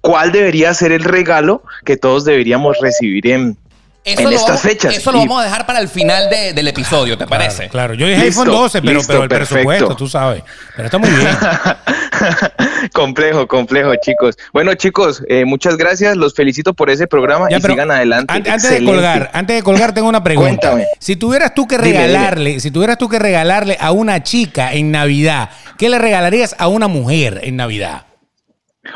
Speaker 14: ¿cuál debería ser el regalo que todos deberíamos recibir en, en
Speaker 1: lo
Speaker 14: estas
Speaker 1: vamos,
Speaker 14: fechas?
Speaker 1: Eso lo
Speaker 14: Y-
Speaker 1: vamos a dejar para el final de- del episodio, ¿te
Speaker 2: Claro,
Speaker 1: parece?
Speaker 2: Claro, yo dije
Speaker 14: Listo,
Speaker 2: iPhone 12, pero,
Speaker 14: listo,
Speaker 2: pero el
Speaker 14: perfecto.
Speaker 2: presupuesto, tú sabes. Pero está muy bien.
Speaker 14: complejo, complejo, chicos. Bueno, chicos, eh, muchas gracias. Los felicito por ese programa
Speaker 2: Ya,
Speaker 14: y
Speaker 2: pero
Speaker 14: sigan adelante.
Speaker 2: an- Antes, de
Speaker 14: Excelente.
Speaker 2: colgar, antes de colgar, tengo una pregunta.
Speaker 14: Cuéntame.
Speaker 2: Si tuvieras tú que
Speaker 14: Dime, dime.
Speaker 2: regalarle, si tuvieras tú que regalarle a una chica en Navidad, ¿qué le regalarías a una mujer en Navidad?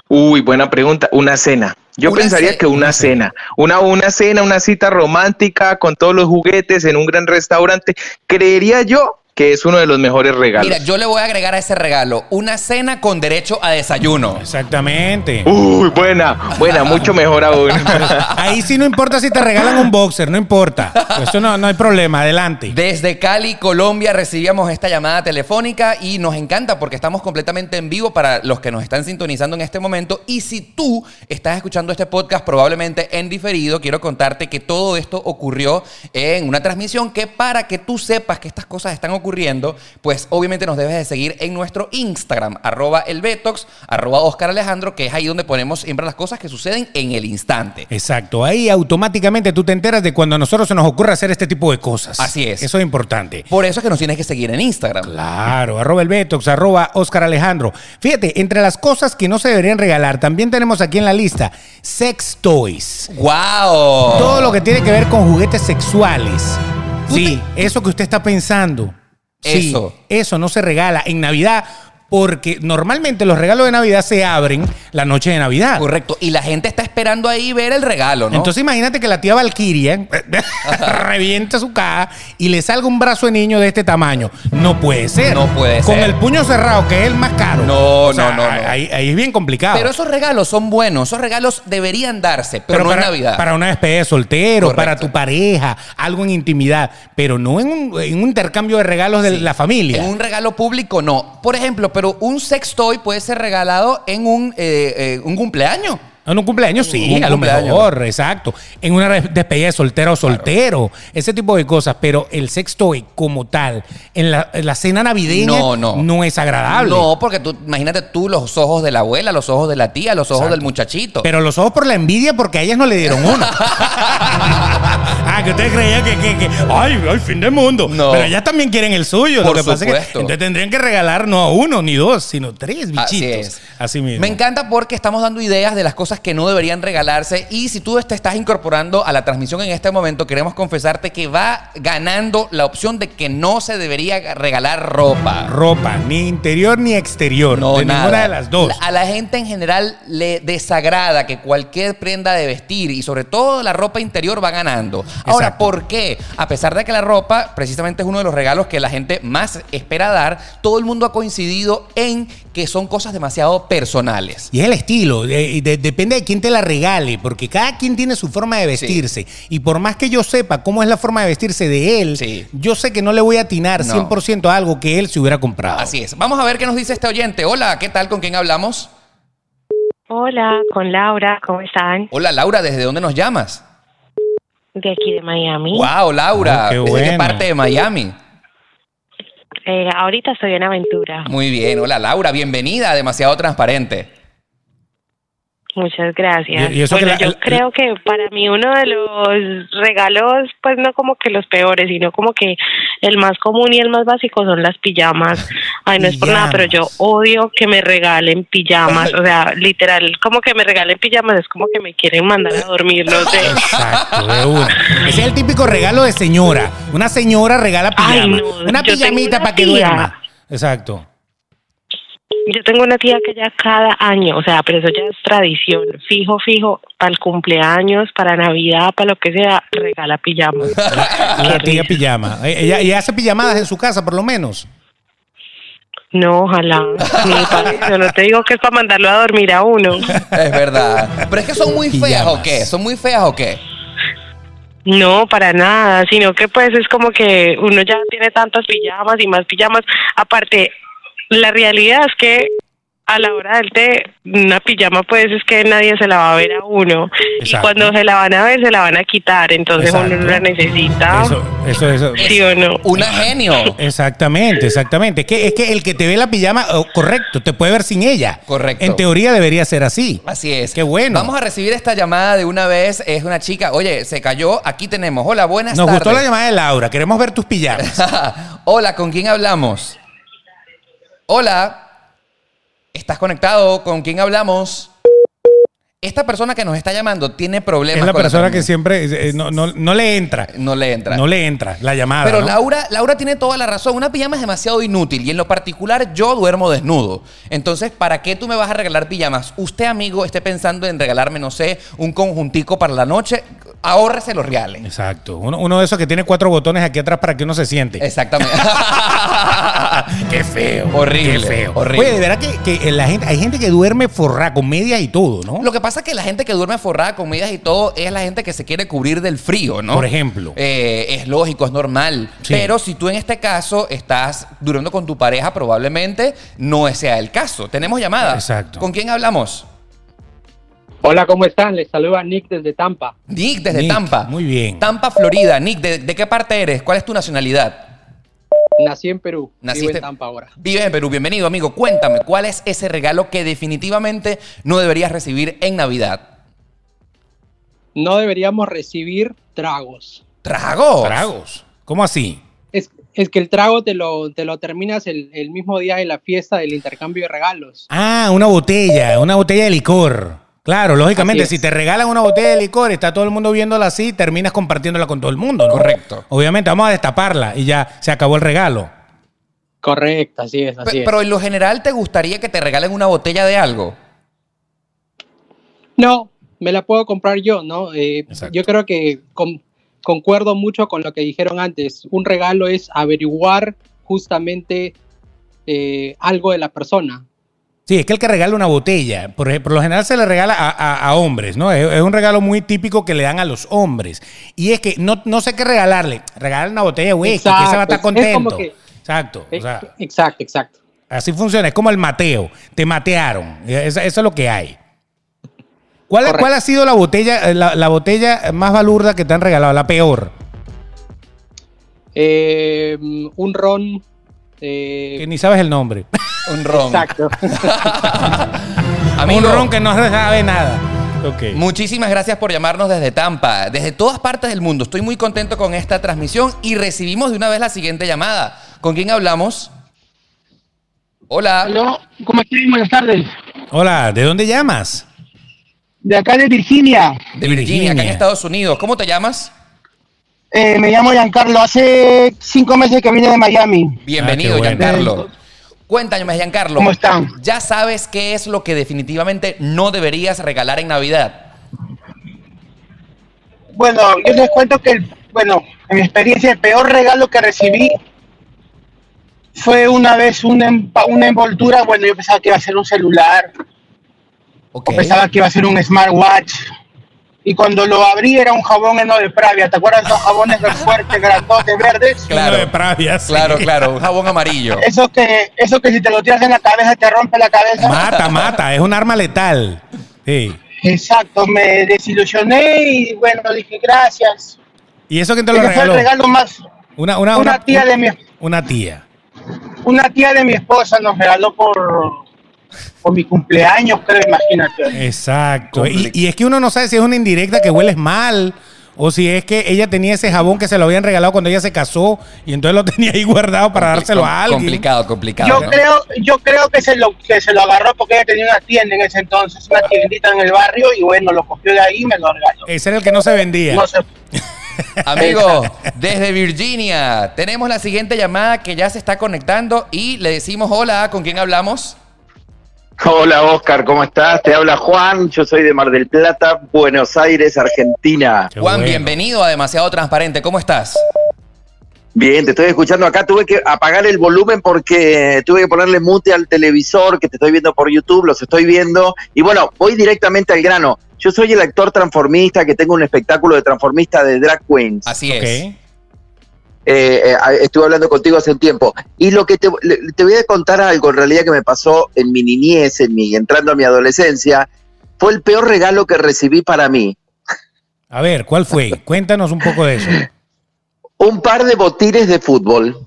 Speaker 14: Uy, buena pregunta. Una cena. Yo pensaría que una cena. Una, una cena, una cita romántica con todos los juguetes en un gran restaurante. Creería yo que es uno de los mejores regalos.
Speaker 1: Mira, yo le voy a agregar a ese regalo una cena con derecho a desayuno.
Speaker 2: Exactamente.
Speaker 14: Uy, buena, buena, mucho mejor aún.
Speaker 2: Ahí sí no importa si te regalan un boxer, no importa. Eso Pues no, no hay problema, adelante.
Speaker 1: Desde Cali, Colombia, recibíamos esta llamada telefónica y nos encanta porque estamos completamente en vivo para los que nos están sintonizando en este momento. Y si tú estás escuchando este podcast probablemente en diferido, quiero contarte que todo esto ocurrió en una transmisión que para que tú sepas que estas cosas están ocurriendo, pues obviamente nos debes de seguir en nuestro Instagram, arroba el Betox, arroba Oscar Alejandro, que es ahí donde ponemos siempre las cosas que suceden en el instante.
Speaker 2: Exacto, ahí automáticamente tú te enteras de cuando a nosotros se nos ocurre hacer este tipo de cosas.
Speaker 1: Así es.
Speaker 2: Eso es importante.
Speaker 1: Por eso es que nos tienes que seguir en Instagram.
Speaker 2: Claro, arroba el Betox, arroba Oscar Alejandro. Fíjate, entre las cosas que no se deberían regalar, también tenemos aquí en la lista sex toys.
Speaker 1: ¡Wow!
Speaker 2: Todo lo que tiene que ver con juguetes sexuales. Sí, eso que usted está pensando. Sí,
Speaker 1: Eso.
Speaker 2: Eso no se regala en Navidad. Porque normalmente los regalos de Navidad se abren la noche de Navidad.
Speaker 1: Correcto. Y la gente está esperando ahí ver el regalo, ¿no?
Speaker 2: Entonces imagínate que la tía Valkyria revienta su caja y le salga un brazo de niño de este tamaño. No puede ser.
Speaker 1: No puede
Speaker 2: Con
Speaker 1: ser.
Speaker 2: el puño cerrado, que es el más caro.
Speaker 1: No,
Speaker 2: O sea,
Speaker 1: no, no, no.
Speaker 2: Ahí, ahí es bien complicado.
Speaker 1: Pero esos regalos son buenos, esos regalos deberían darse, pero, no
Speaker 2: para,
Speaker 1: en Navidad.
Speaker 2: para una despedida de soltero, para tu pareja, algo en intimidad, pero no en un, en un intercambio de regalos de la familia.
Speaker 1: En un regalo público, no. Por ejemplo, pero un sex toy puede ser regalado en un, eh, eh, un cumpleaños.
Speaker 2: En un cumpleaños, sí,
Speaker 1: Un
Speaker 2: a lo
Speaker 1: cumpleaños.
Speaker 2: mejor, exacto. En una re- despedida de soltera o soltero, ese tipo de cosas. Pero el sex toy como tal, en la, en la cena navideña,
Speaker 1: No, no.
Speaker 2: es agradable.
Speaker 1: No, porque tú, imagínate tú los ojos de la abuela, los ojos de la tía, los ojos del muchachito.
Speaker 2: Pero los ojos por la envidia porque a ellas no le dieron uno. ah, que ustedes creían que, que- que, ay, ay, fin del mundo.
Speaker 1: No.
Speaker 2: Pero ellas también quieren el suyo.
Speaker 1: Por
Speaker 2: lo que pasa es que
Speaker 1: supuesto.
Speaker 2: entonces tendrían que regalar no uno ni dos, sino tres bichitos.
Speaker 1: Así
Speaker 2: Así,
Speaker 1: es.
Speaker 2: mismo.
Speaker 1: Me encanta porque estamos dando ideas de las cosas que no deberían regalarse y si tú te estás incorporando a la transmisión en este momento, queremos confesarte que va ganando la opción de que no se debería regalar ropa.
Speaker 2: Ropa, ni interior ni exterior.
Speaker 1: No,
Speaker 2: de
Speaker 1: nada.
Speaker 2: ninguna de las dos.
Speaker 1: La- A la gente en general le desagrada que cualquier prenda de vestir y sobre todo la ropa interior va ganando. Ahora, ¿por qué? A pesar de que la ropa precisamente es uno de los regalos que la gente más espera dar, todo el mundo ha coincidido en que son cosas demasiado personales.
Speaker 2: Y es el estilo, eh, y de- depende de quién te la regale, porque cada quien tiene su forma de vestirse. Y por más que yo sepa cómo es la forma de vestirse de él, yo sé que no le voy a atinar
Speaker 1: No.
Speaker 2: 100% a algo que él se hubiera comprado.
Speaker 1: Así es. Vamos a ver qué nos dice este oyente. Hola, ¿qué tal? ¿Con quién hablamos?
Speaker 15: Hola, con Laura, ¿cómo están?
Speaker 1: Hola, Laura, ¿desde dónde nos llamas?
Speaker 15: De aquí de Miami.
Speaker 1: Wow, Laura,
Speaker 2: Oh, qué
Speaker 1: ¿desde qué
Speaker 2: bueno. Uh.
Speaker 1: parte de Miami?
Speaker 15: Eh, ahorita estoy en Aventura.
Speaker 1: Muy bien, hola Laura, bienvenida, a demasiado transparente.
Speaker 15: Muchas gracias.
Speaker 1: Y- y eso que
Speaker 15: Bueno,
Speaker 1: la-
Speaker 15: yo
Speaker 1: la-
Speaker 15: creo que para mí uno de los regalos, pues no como que los peores, sino como que el más común y el más básico son las pijamas. Ay, no es por nada, pero yo odio que me regalen pijamas. O sea, literal, como que me regalen pijamas es como que me quieren mandar a dormir, no sé.
Speaker 2: Exacto, de una. Ese es el típico regalo de señora. Una señora regala pijama. una
Speaker 15: yo tengo
Speaker 2: pijamita
Speaker 15: una
Speaker 2: para que
Speaker 15: tía.
Speaker 2: duerma. Exacto.
Speaker 15: Yo tengo una tía que ya cada año, o sea, pero eso ya es tradición, fijo, fijo, para el cumpleaños, para Navidad, para lo que sea, regala pijama.
Speaker 2: Una tía pijama. Eh, Ella, ella hace pijamadas en su casa, por lo menos.
Speaker 15: No, ojalá. Ni pa- yo no te digo que es para mandarlo a dormir a uno.
Speaker 1: Es verdad. Pero es que son muy feas
Speaker 15: Pijamas.
Speaker 1: o qué? ¿Son muy feas o qué?
Speaker 15: No, para nada, sino que pues es como que uno ya tiene tantas pijamas y más pijamas. Aparte, la realidad es que a la hora del té, una pijama pues es que nadie se la va a ver a uno. Y
Speaker 2: Exacto.
Speaker 15: cuando se la van a ver, se la van a quitar, entonces uno no la necesita.
Speaker 2: Eso, eso.
Speaker 15: ¿Sí o no?
Speaker 1: Una genio.
Speaker 2: Exactamente, exactamente. Es que, es que el que te ve la pijama, oh, correcto, te puede ver sin ella.
Speaker 1: Correcto.
Speaker 2: En teoría debería ser así.
Speaker 1: Así es.
Speaker 2: Qué bueno.
Speaker 1: Vamos a recibir esta llamada de una vez. Es una chica. Oye, se cayó. Aquí tenemos. Hola, buenas
Speaker 2: Nos
Speaker 1: tardes.
Speaker 2: gustó la llamada de Laura. Queremos ver tus pijamas.
Speaker 1: Hola, ¿con quién hablamos? Hola. ¿Estás conectado? ¿Con quién hablamos? Esta persona que nos está llamando tiene problemas.
Speaker 2: Es la
Speaker 1: con
Speaker 2: persona
Speaker 1: termi-
Speaker 2: que siempre eh, no, no- no le entra.
Speaker 1: No le entra.
Speaker 2: No le entra la llamada.
Speaker 1: Pero
Speaker 2: ¿no?
Speaker 1: Laura, Laura tiene toda la razón. Una pijama es demasiado inútil y en lo particular yo duermo desnudo. Entonces, ¿para qué tú me vas a regalar pijamas? Usted, amigo, esté pensando en regalarme, no sé, un conjuntico para la noche. Ahórrese los reales.
Speaker 2: Exacto. Uno, uno de esos que tiene cuatro botones aquí atrás para que uno se siente.
Speaker 1: Exactamente.
Speaker 2: qué feo.
Speaker 1: Horrible,
Speaker 2: Qué feo.
Speaker 1: horrible.
Speaker 2: Oye, de verdad que, que la gente, hay gente que duerme forra con media y todo, ¿no?
Speaker 1: Lo que pasa es que la gente que duerme forrada con medias y todo es la gente que se quiere cubrir del frío, ¿no?
Speaker 2: Por ejemplo.
Speaker 1: Eh, es lógico, es normal.
Speaker 2: Sí.
Speaker 1: Pero si tú en este caso estás durmiendo con tu pareja, probablemente no sea el caso. Tenemos llamada. Exacto. ¿Con quién hablamos?
Speaker 16: Hola, ¿cómo están? Les saluda Nick desde Tampa.
Speaker 1: Nick, desde
Speaker 16: Nick,
Speaker 1: Tampa.
Speaker 2: Muy bien.
Speaker 1: Tampa, Florida. Nick, ¿de, de qué parte eres? ¿Cuál es tu nacionalidad?
Speaker 16: Nací en Perú.
Speaker 1: Naciste-
Speaker 16: Vivo en Tampa ahora.
Speaker 1: Vives en Perú. Bienvenido, amigo. Cuéntame, ¿cuál es ese regalo que definitivamente no deberías recibir en Navidad?
Speaker 16: No deberíamos recibir tragos.
Speaker 1: ¿Tragos?
Speaker 2: Tragos. ¿Cómo así?
Speaker 16: Es, es que el trago te lo, te lo terminas el, el mismo día de la fiesta del intercambio de regalos.
Speaker 2: Ah, una botella, una botella de licor. Claro, lógicamente,
Speaker 16: Así
Speaker 2: si
Speaker 16: es.
Speaker 2: te regalan una botella de licor, está todo el mundo viéndola así, terminas compartiéndola con todo el mundo, ¿no?
Speaker 1: Correcto.
Speaker 2: Obviamente, vamos a destaparla y ya se acabó el regalo.
Speaker 16: Correcto, así es, así
Speaker 1: Pe-
Speaker 16: es.
Speaker 1: Pero en lo general, ¿te gustaría que te regalen una botella de algo?
Speaker 16: No, me la puedo comprar yo, ¿no? Eh, yo creo que con- concuerdo mucho con lo que dijeron antes. Un regalo es averiguar justamente eh, algo de la persona.
Speaker 2: Sí, es que el que regala una botella, por, ej- por lo general se le regala a, a- a hombres, ¿no? Es, es un regalo muy típico que le dan a los hombres. Y es que no, no sé qué regalarle. Regalarle una botella de whisky, que se va a estar
Speaker 16: Exacto, es como
Speaker 2: contento.
Speaker 16: que-
Speaker 2: Exacto.
Speaker 17: Eh,
Speaker 2: o sea,
Speaker 16: exacto, exacto.
Speaker 2: Así funciona, es como el mateo. Te matearon. Eso, eso es lo que hay. ¿Cuál, cuál ha sido la botella, eh, la, la botella más balurda que te han regalado? La peor.
Speaker 16: Eh, un ron. eh,
Speaker 2: Que ni sabes el nombre.
Speaker 1: Un ron.
Speaker 16: Exacto.
Speaker 1: Amigo.
Speaker 2: Un ron que no se sabe nada.
Speaker 1: Muchísimas gracias por llamarnos desde Tampa, desde todas partes del mundo. Estoy muy contento con esta transmisión y recibimos de una vez la siguiente llamada. ¿Con quién hablamos? Hola.
Speaker 17: ¿Cómo están? Buenas tardes.
Speaker 2: Hola, ¿de dónde llamas?
Speaker 17: De acá de Virginia.
Speaker 1: De Virginia, acá en Estados Unidos. ¿Cómo te llamas?
Speaker 17: Eh, me llamo Giancarlo. Hace cinco meses que vine de Miami.
Speaker 1: Bienvenido, Giancarlo. Cuéntanos, Giancarlo.
Speaker 17: ¿Cómo están?
Speaker 1: ¿Ya sabes qué es lo que definitivamente no deberías regalar en Navidad?
Speaker 17: Bueno, yo les cuento que, el- bueno, en mi experiencia, el peor regalo que recibí fue una vez una, empa- una envoltura. Bueno, yo pensaba que iba a ser un celular. O pensaba que iba a ser un smartwatch. Y cuando lo abrí era un jabón heno de Pravia. ¿Te acuerdas de esos jabones de fuerte, grandotes, verdes?
Speaker 1: Claro. Claro, claro, un jabón amarillo.
Speaker 17: Eso que, eso que si te lo tiras en la cabeza te rompe la cabeza.
Speaker 2: Mata, mata, es un arma letal. Sí.
Speaker 17: Exacto, me desilusioné y bueno, dije gracias.
Speaker 2: ¿Y eso quién te lo
Speaker 17: Ese fue el
Speaker 2: regaló?
Speaker 17: regalo más.
Speaker 2: Una,
Speaker 17: Una
Speaker 2: una, una-
Speaker 17: tía de mi-
Speaker 2: Una tía.
Speaker 17: Una tía de mi esposa nos regaló por, por mi cumpleaños, creo, imagínate.
Speaker 2: Exacto. Y, y es que uno no sabe si es una indirecta que hueles mal o si es que ella tenía ese jabón que se lo habían regalado cuando ella se casó y entonces lo tenía ahí guardado para dárselo a alguien.
Speaker 1: Complicado, complicado.
Speaker 17: Yo
Speaker 2: ¿no?
Speaker 17: creo, yo creo que se lo que se lo agarró porque ella tenía una tienda en ese entonces, una tiendita en el barrio y bueno, lo cogió de ahí y me lo regaló.
Speaker 2: Ese era el que no se vendía.
Speaker 17: No sé.
Speaker 1: Amigo, desde Virginia, tenemos la siguiente llamada que ya se está conectando y le decimos hola, ¿con quién hablamos?
Speaker 18: Hola Oscar, ¿cómo estás? Te habla Juan, yo soy de Mar del Plata, Buenos Aires, Argentina.
Speaker 1: Juan, bienvenido a Demasiado Transparente, ¿cómo estás?
Speaker 18: Bien, te estoy escuchando acá, tuve que apagar el volumen porque tuve que ponerle mute al televisor que te estoy viendo por YouTube, los estoy viendo. Y bueno, voy directamente al grano. Yo soy el actor transformista que tengo un espectáculo de transformista de drag queens.
Speaker 1: Así es.
Speaker 18: Eh, eh, a- estuve hablando contigo hace un tiempo. Y lo que te, le- te voy a contar algo en realidad que me pasó en mi niñez, en mi, entrando a mi adolescencia, fue el peor regalo que recibí para mí.
Speaker 2: A ver, ¿cuál fue? Cuéntanos un poco de eso.
Speaker 18: Un par de botines de fútbol.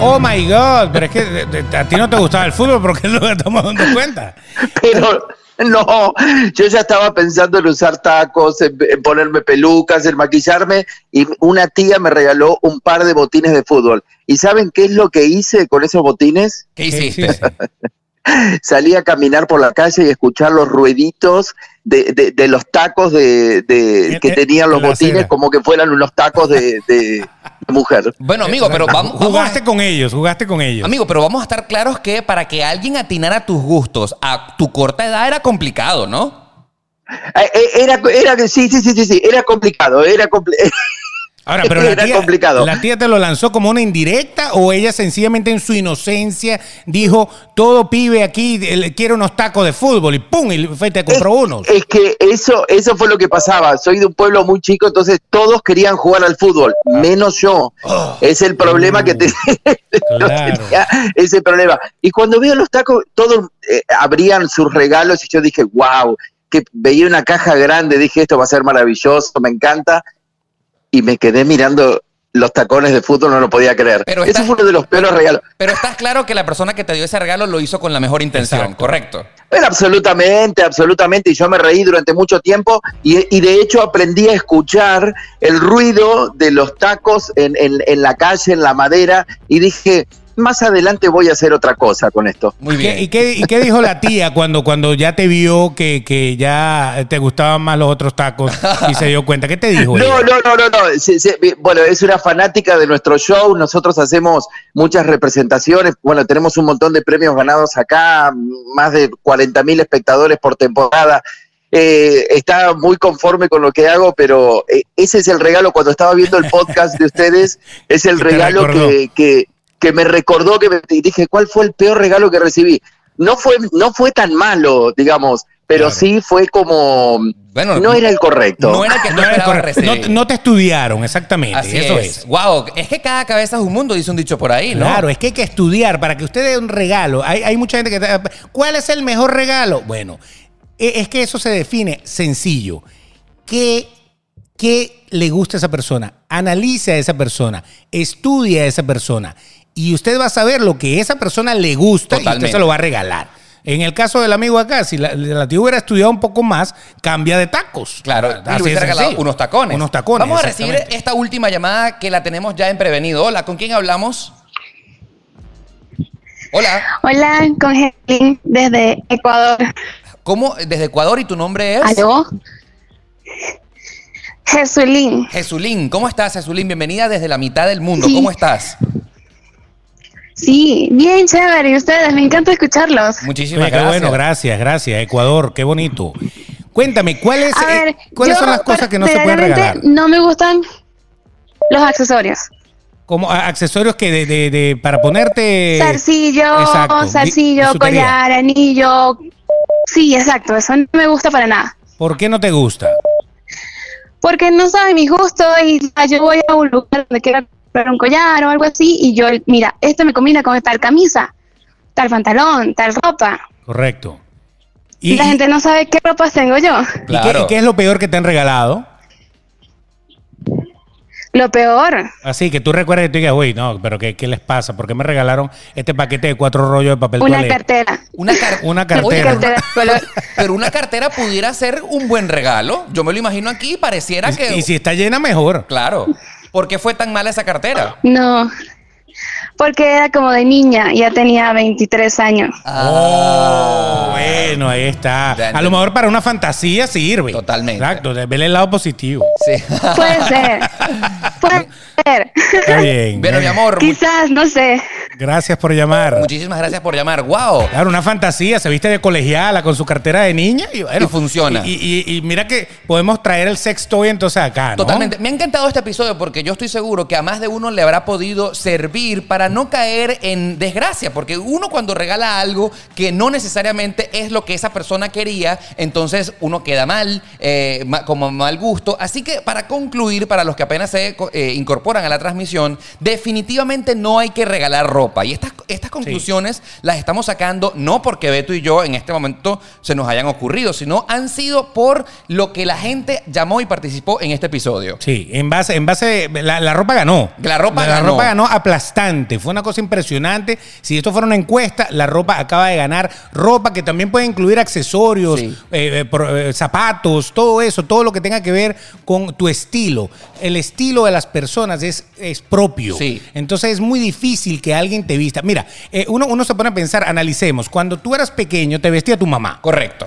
Speaker 2: Oh my God, pero es que de- de- a ti no te gustaba el fútbol porque lo estamos dando cuenta.
Speaker 18: Pero no, yo ya estaba pensando en usar tacos, en, en ponerme pelucas, en maquillarme, y una tía me regaló un par de botines de fútbol. ¿Y saben qué es lo que hice con esos botines?
Speaker 1: ¿Qué hiciste?
Speaker 18: salí a caminar por la calle y escuchar los ruiditos de, de, de los tacos de, de- que tenían los
Speaker 2: la
Speaker 18: botines
Speaker 2: acera.
Speaker 18: como que fueran unos tacos de, de mujer.
Speaker 1: Bueno, amigo, pero vamos,
Speaker 2: Jugaste con ellos, jugaste con ellos.
Speaker 1: Amigo, pero vamos a estar claros que para que alguien atinara a tus gustos a tu corta edad era complicado, ¿no?
Speaker 18: Eh, eh, Era, era, sí, sí, sí, sí, sí, era complicado, era, compli-
Speaker 2: Ahora, pero la
Speaker 18: era
Speaker 2: tía,
Speaker 18: complicado.
Speaker 2: la tía te lo lanzó como una indirecta o ella sencillamente en su inocencia dijo, todo pibe aquí eh, le quiere unos tacos de fútbol y pum, y fue y te compró unos.
Speaker 18: Es que eso, eso fue lo que pasaba. Soy de un pueblo muy chico, entonces todos querían jugar al fútbol,
Speaker 2: Ah.
Speaker 18: menos yo.
Speaker 2: Oh.
Speaker 18: es el problema
Speaker 2: Uh.
Speaker 18: que te- yo tenía ese problema. Y cuando veo los tacos, todos eh, abrían sus regalos y yo dije, wow, que veía una caja grande, dije, esto va a ser maravilloso, me encanta. Y me quedé mirando los tacones de fútbol, no lo podía creer.
Speaker 1: Pero
Speaker 18: Ese
Speaker 1: estás-
Speaker 18: fue uno de los peores regalos.
Speaker 1: Pero estás claro que la persona que te dio ese regalo lo hizo con la mejor intención, ¿correcto?
Speaker 18: Pero absolutamente, absolutamente. Y yo me reí durante mucho tiempo y, y de hecho aprendí a escuchar el ruido de los tacos en, en- en la calle, en la madera, y dije, más adelante voy a hacer otra cosa con esto.
Speaker 1: Muy
Speaker 2: bien. ¿Y qué, y qué dijo la tía cuando, cuando ya te vio que, que ya te gustaban más los otros tacos y se dio cuenta? ¿Qué te dijo? ella?
Speaker 18: No, no, no, no, no. Sí, sí, vi- bueno, es una fanática de nuestro show. Nosotros hacemos muchas representaciones. Bueno, tenemos un montón de premios ganados acá, más de 40 mil espectadores por temporada. Eh, está muy conforme con lo que hago, pero eh, ese es el regalo. Cuando estaba viendo el podcast de ustedes, es el
Speaker 2: te
Speaker 18: regalo
Speaker 2: recordó.
Speaker 18: que, que, que me recordó que me, y dije, ¿cuál fue el peor regalo que recibí? No fue, no fue tan malo, digamos, pero sí fue como... no era el correcto.
Speaker 1: no era el que tú
Speaker 2: No, era
Speaker 1: esperabas
Speaker 2: correcto.
Speaker 1: recibir.
Speaker 2: No- no te estudiaron, exactamente.
Speaker 1: Así
Speaker 2: eso es.
Speaker 1: es. Wow, es que cada cabeza es un mundo, dice un dicho por ahí, ¿no?
Speaker 2: Claro, es que hay que estudiar para que usted dé un regalo. Hay, hay mucha gente que... está, ¿Cuál es el mejor regalo? Bueno, e- es que eso se define sencillo. ¿Qué, qué le gusta a esa persona? Analice a esa persona, estudia a esa persona y usted va a saber lo que a esa persona le gusta y
Speaker 1: Totalmente.
Speaker 2: usted se lo va a regalar. En el caso del amigo acá, si la, la tía hubiera estudiado un poco más, cambia de tacos. Claro,
Speaker 1: Y le hubiese regalado unos tacones.
Speaker 2: Unos tacones.
Speaker 1: Vamos a recibir
Speaker 2: exactamente.
Speaker 1: esta última llamada que la tenemos ya en prevenido. Hola, ¿con quién hablamos? Hola.
Speaker 19: Hola, con Helen desde Ecuador.
Speaker 1: ¿Cómo? ¿Desde Ecuador y tu nombre es?
Speaker 19: ¿Aló? Jesulín.
Speaker 1: Jesulín. ¿Cómo estás, Jesulín? Bienvenida desde la mitad del mundo.
Speaker 19: Sí.
Speaker 1: ¿Cómo estás?
Speaker 19: Sí, bien chévere. Y ustedes, me encanta escucharlos.
Speaker 1: Muchísimas
Speaker 2: Oye, qué bueno, gracias, gracias. Ecuador, qué bonito. Cuéntame, ¿cuál es,
Speaker 19: A
Speaker 2: eh,
Speaker 19: ver,
Speaker 2: ¿cuáles
Speaker 19: yo
Speaker 2: son las cosas que no se pueden
Speaker 19: verdaderamente
Speaker 2: regalar?
Speaker 19: No me gustan los accesorios.
Speaker 2: Como a- accesorios que de, de- de- para ponerte.
Speaker 19: Zarcillo,
Speaker 2: Eh, Exacto, bi-
Speaker 19: zarcillo,
Speaker 2: bisutería.
Speaker 19: collar, anillo. Sí, exacto. Eso no me gusta para nada.
Speaker 2: ¿Por qué no te gusta?
Speaker 19: Porque no saben mis gustos y ah, yo voy a un lugar donde quiero comprar un collar o algo así y yo, mira, esto me combina con tal camisa, tal pantalón, tal ropa.
Speaker 2: Correcto.
Speaker 19: Y la gente no sabe qué ropas tengo yo.
Speaker 2: ¿Y qué, qué es lo peor que te han regalado?
Speaker 19: Lo peor,
Speaker 2: Así que tú recuerdas que tú digas, uy, no, pero ¿qué, qué les pasa? ¿Por qué me regalaron este paquete de cuatro rollos de papel
Speaker 19: una
Speaker 2: toalé?
Speaker 19: cartera.
Speaker 1: Una, car-
Speaker 2: Una cartera.
Speaker 1: Pero una cartera pudiera ser un buen regalo. Yo me lo imagino aquí y pareciera que.
Speaker 2: Y si está llena, mejor.
Speaker 1: Claro. ¿Por qué fue tan mala esa cartera?
Speaker 19: No, porque era como de niña, ya tenía 23 años.
Speaker 1: Ah.
Speaker 2: Oh, bueno, ahí está. A lo mejor para una fantasía sirve. Totalmente. Exacto, de- vele el lado positivo.
Speaker 1: Sí.
Speaker 19: Puede ser, puede ser.
Speaker 2: Está bien.
Speaker 1: Pero, mi amor,
Speaker 19: Quizás, no sé.
Speaker 2: Gracias por llamar.
Speaker 1: Muchísimas gracias por llamar. ¡Wow!
Speaker 2: Claro, una fantasía. Se viste de colegiala con su cartera de niña y bueno.
Speaker 1: Y funciona.
Speaker 2: Y, y- y mira que podemos traer el sexto y entonces acá, ¿no?
Speaker 1: Totalmente. Me ha encantado este episodio porque yo estoy seguro que a más de uno le habrá podido servir para no caer en desgracia, porque uno cuando regala algo que no necesariamente es lo que esa persona quería, entonces uno queda mal, eh, ma- como mal gusto. Así que para concluir, para los que apenas se co- eh, incorporan a la transmisión, definitivamente no hay que regalar ropa. Y estas, estas conclusiones las estamos sacando no porque Beto y yo en este momento se nos hayan ocurrido, sino han sido por lo que la gente llamó y participó en este episodio.
Speaker 2: Sí, en base, en base, la, la ropa ganó.
Speaker 1: La ropa ganó.
Speaker 2: ropa ganó aplastante. Fue una cosa impresionante. Si esto fuera una encuesta, la ropa acaba de ganar. Ropa que también puede incluir accesorios, eh, eh, pro- eh, zapatos, todo eso, todo lo que tenga que ver con tu estilo. El estilo de las personas es, es propio. Entonces es muy difícil que alguien alguien te vista. Mira, eh, uno, uno se pone a pensar, analicemos. Cuando tú eras pequeño, te vestía tu mamá.
Speaker 1: Correcto.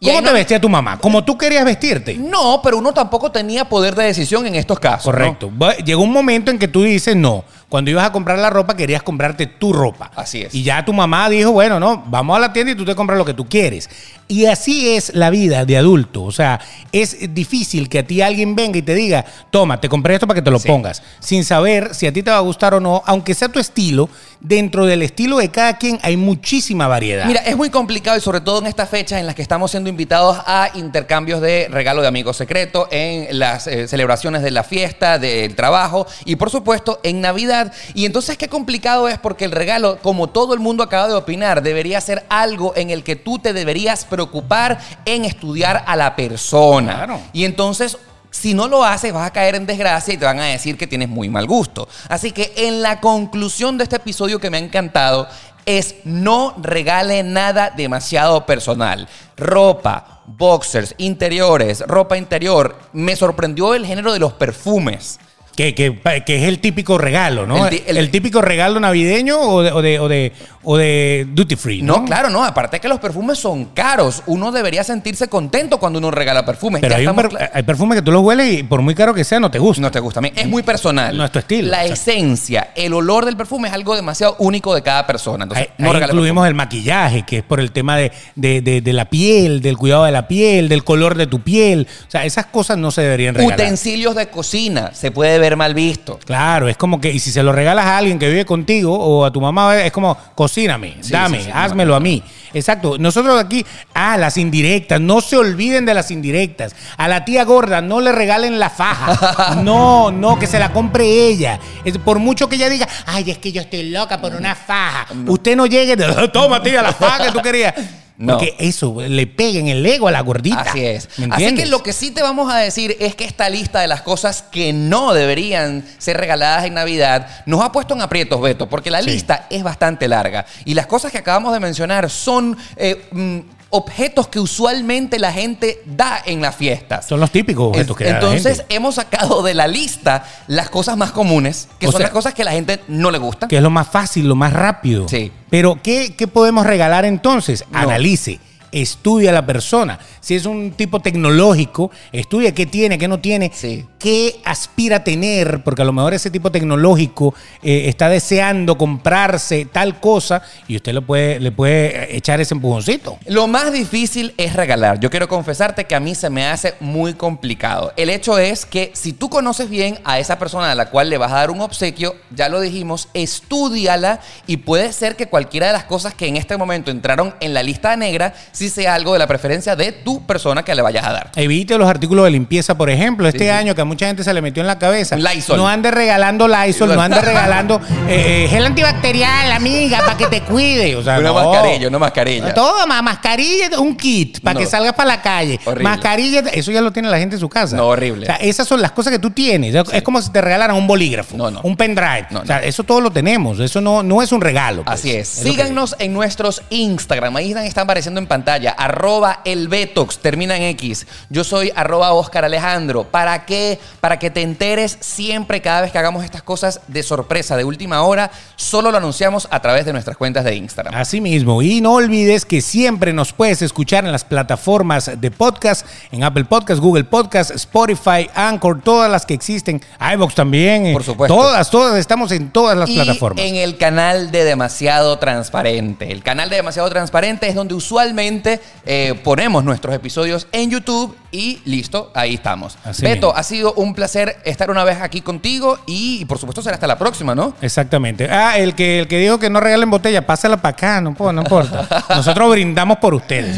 Speaker 2: ¿Cómo te vestía tu mamá? ¿Como tú querías vestirte?
Speaker 1: No, pero uno tampoco tenía poder de decisión en estos casos.
Speaker 2: Correcto. Va- Llegó un momento en que tú dices, no, cuando ibas a comprar la ropa querías comprarte tu ropa. Así es. Y ya tu mamá dijo, bueno, no, vamos a la tienda y tú te compras lo que tú quieres. Y así es la vida de adulto. O sea, es difícil que a ti alguien venga y te diga, toma, te compré esto para que te lo pongas, sin saber si a ti te va a gustar o no, aunque sea tu estilo, dentro del estilo de cada quien hay muchísima variedad.
Speaker 1: Mira, es muy complicado y sobre todo en estas fechas en las que estamos siendo invitados a intercambios de regalo de amigos secreto, en las eh, celebraciones de la fiesta, del trabajo y por supuesto en Navidad. Y entonces qué complicado es porque el regalo, como todo el mundo acaba de opinar, debería ser algo en el que tú te deberías preocupar en estudiar a la persona.
Speaker 2: Claro.
Speaker 1: Y entonces, si no lo haces, vas a caer en desgracia y te van a decir que tienes muy mal gusto. Así que en la conclusión de este episodio que me ha encantado es no regale nada demasiado personal. Ropa, boxers, interiores, ropa interior. Me sorprendió el género de los perfumes.
Speaker 2: Que, que- que es el típico regalo, ¿no?
Speaker 1: El
Speaker 2: El,
Speaker 1: ti- el-
Speaker 2: típico regalo navideño o de, o de- o de- o de duty free, ¿no?
Speaker 1: No, claro, no. Aparte que los perfumes son caros. Uno debería sentirse contento cuando uno regala perfumes.
Speaker 2: Pero
Speaker 1: Ya
Speaker 2: hay, un
Speaker 1: estamos
Speaker 2: per- hay perfume que tú los hueles y por muy caro que sea, no te gusta. No
Speaker 1: te gusta. Es muy personal.
Speaker 2: No es tu estilo.
Speaker 1: La
Speaker 2: Exacto.
Speaker 1: esencia, el olor del perfume es algo demasiado único de cada persona. Entonces,
Speaker 2: Ahí
Speaker 1: no regales
Speaker 2: incluimos el maquillaje, que es por el tema de, de- de- de la piel, del cuidado de la piel, del color de tu piel. O sea, esas cosas no se deberían regalar.
Speaker 1: Utensilios de cocina, se puede ver mal visto.
Speaker 2: Claro, es como que, y si se lo regalas a alguien que vive contigo o a tu mamá, es como, cocíname,
Speaker 1: Sí,
Speaker 2: dame,
Speaker 1: sí, sí,
Speaker 2: házmelo a mí. Exacto, nosotros aquí, ah, las indirectas, no se olviden de las indirectas. A la tía gorda no le regalen la faja. No, no, que se la compre ella. Es- Por mucho que ella diga, ay, es que yo estoy loca por una faja. Usted no llegue, "Oh, toma tía, la faja que tú querías.
Speaker 1: No.
Speaker 2: Porque eso, le peguen el ego a la gordita. Así es.
Speaker 1: Así que lo que sí te vamos a decir es que esta lista de las cosas que no deberían ser regaladas en Navidad nos ha puesto en aprietos, Beto, porque la lista es bastante larga. Y las cosas que acabamos de mencionar son eh, mm, objetos que usualmente la gente da en las fiestas.
Speaker 2: Son los típicos objetos que da la
Speaker 1: Entonces
Speaker 2: gente.
Speaker 1: hemos sacado de la lista las cosas más comunes, que
Speaker 2: O
Speaker 1: son
Speaker 2: sea,
Speaker 1: las cosas que la gente no le gusta.
Speaker 2: que es lo más fácil, lo más rápido. Pero, ¿qué, qué podemos regalar entonces? Analice. Estudia a la persona. Si es un tipo tecnológico, estudia qué tiene, qué no tiene, qué aspira a tener, porque a lo mejor ese tipo tecnológico eh, está deseando comprarse tal cosa y usted le puede, le puede eh, echar ese empujoncito.
Speaker 1: Lo más difícil es regalar. Yo quiero confesarte que a mí se me hace muy complicado. El hecho es que si tú conoces bien a esa persona a la cual le vas a dar un obsequio, ya lo dijimos, estudiala y puede ser que cualquiera de las cosas que en este momento entraron en la lista negra sí sea algo de la preferencia de tu persona que le vayas a dar.
Speaker 2: Evite los artículos de limpieza, por ejemplo, este
Speaker 1: Sí, sí.
Speaker 2: año que a mucha gente se le metió en la cabeza.
Speaker 1: Lysol.
Speaker 2: No ande regalando Lysol, no ande regalando eh, eh, gel antibacterial, amiga, para que te cuide. O sea,
Speaker 1: una
Speaker 2: no.
Speaker 1: mascarilla, una mascarilla.
Speaker 2: Todo, ma- mascarilla, un kit para
Speaker 1: No.
Speaker 2: que salgas para la calle.
Speaker 1: Horrible.
Speaker 2: Mascarilla, eso ya lo tiene la gente en su casa.
Speaker 1: No, horrible.
Speaker 2: O sea, esas son las cosas que tú tienes. Es como si te regalaran un bolígrafo, un pendrive. O sea, eso todo lo tenemos. Eso no, no es un regalo. pues.
Speaker 1: Así es.
Speaker 2: lo que
Speaker 1: Síganos en nuestros Instagram. Ahí están, están apareciendo en pantalla. Arroba el Betox, termina en X. Yo soy arroba Oscar Alejandro. ¿Para qué? Para que te enteres siempre, cada vez que hagamos estas cosas de sorpresa, de última hora, solo lo anunciamos a través de nuestras cuentas de Instagram.
Speaker 2: Así mismo. Y no olvides que siempre nos puedes escuchar en las plataformas de podcast, en Apple Podcast, Google Podcast, Spotify, Anchor, todas las que existen, iVoox también. eh.
Speaker 1: Por supuesto.
Speaker 2: Todas, todas, estamos en todas las
Speaker 1: y
Speaker 2: plataformas.
Speaker 1: En el canal de Demasiado Transparente. El canal de Demasiado Transparente es donde usualmente eh, ponemos nuestros episodios en YouTube y listo, ahí estamos.
Speaker 2: Así
Speaker 1: Beto, ha sido un placer estar una vez aquí contigo y, y por supuesto será hasta la próxima, ¿no?
Speaker 2: Exactamente. Ah, el que, el que dijo que no regalen botella, pásala para acá, no, po- no importa. Nosotros brindamos por ustedes.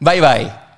Speaker 1: Bye bye.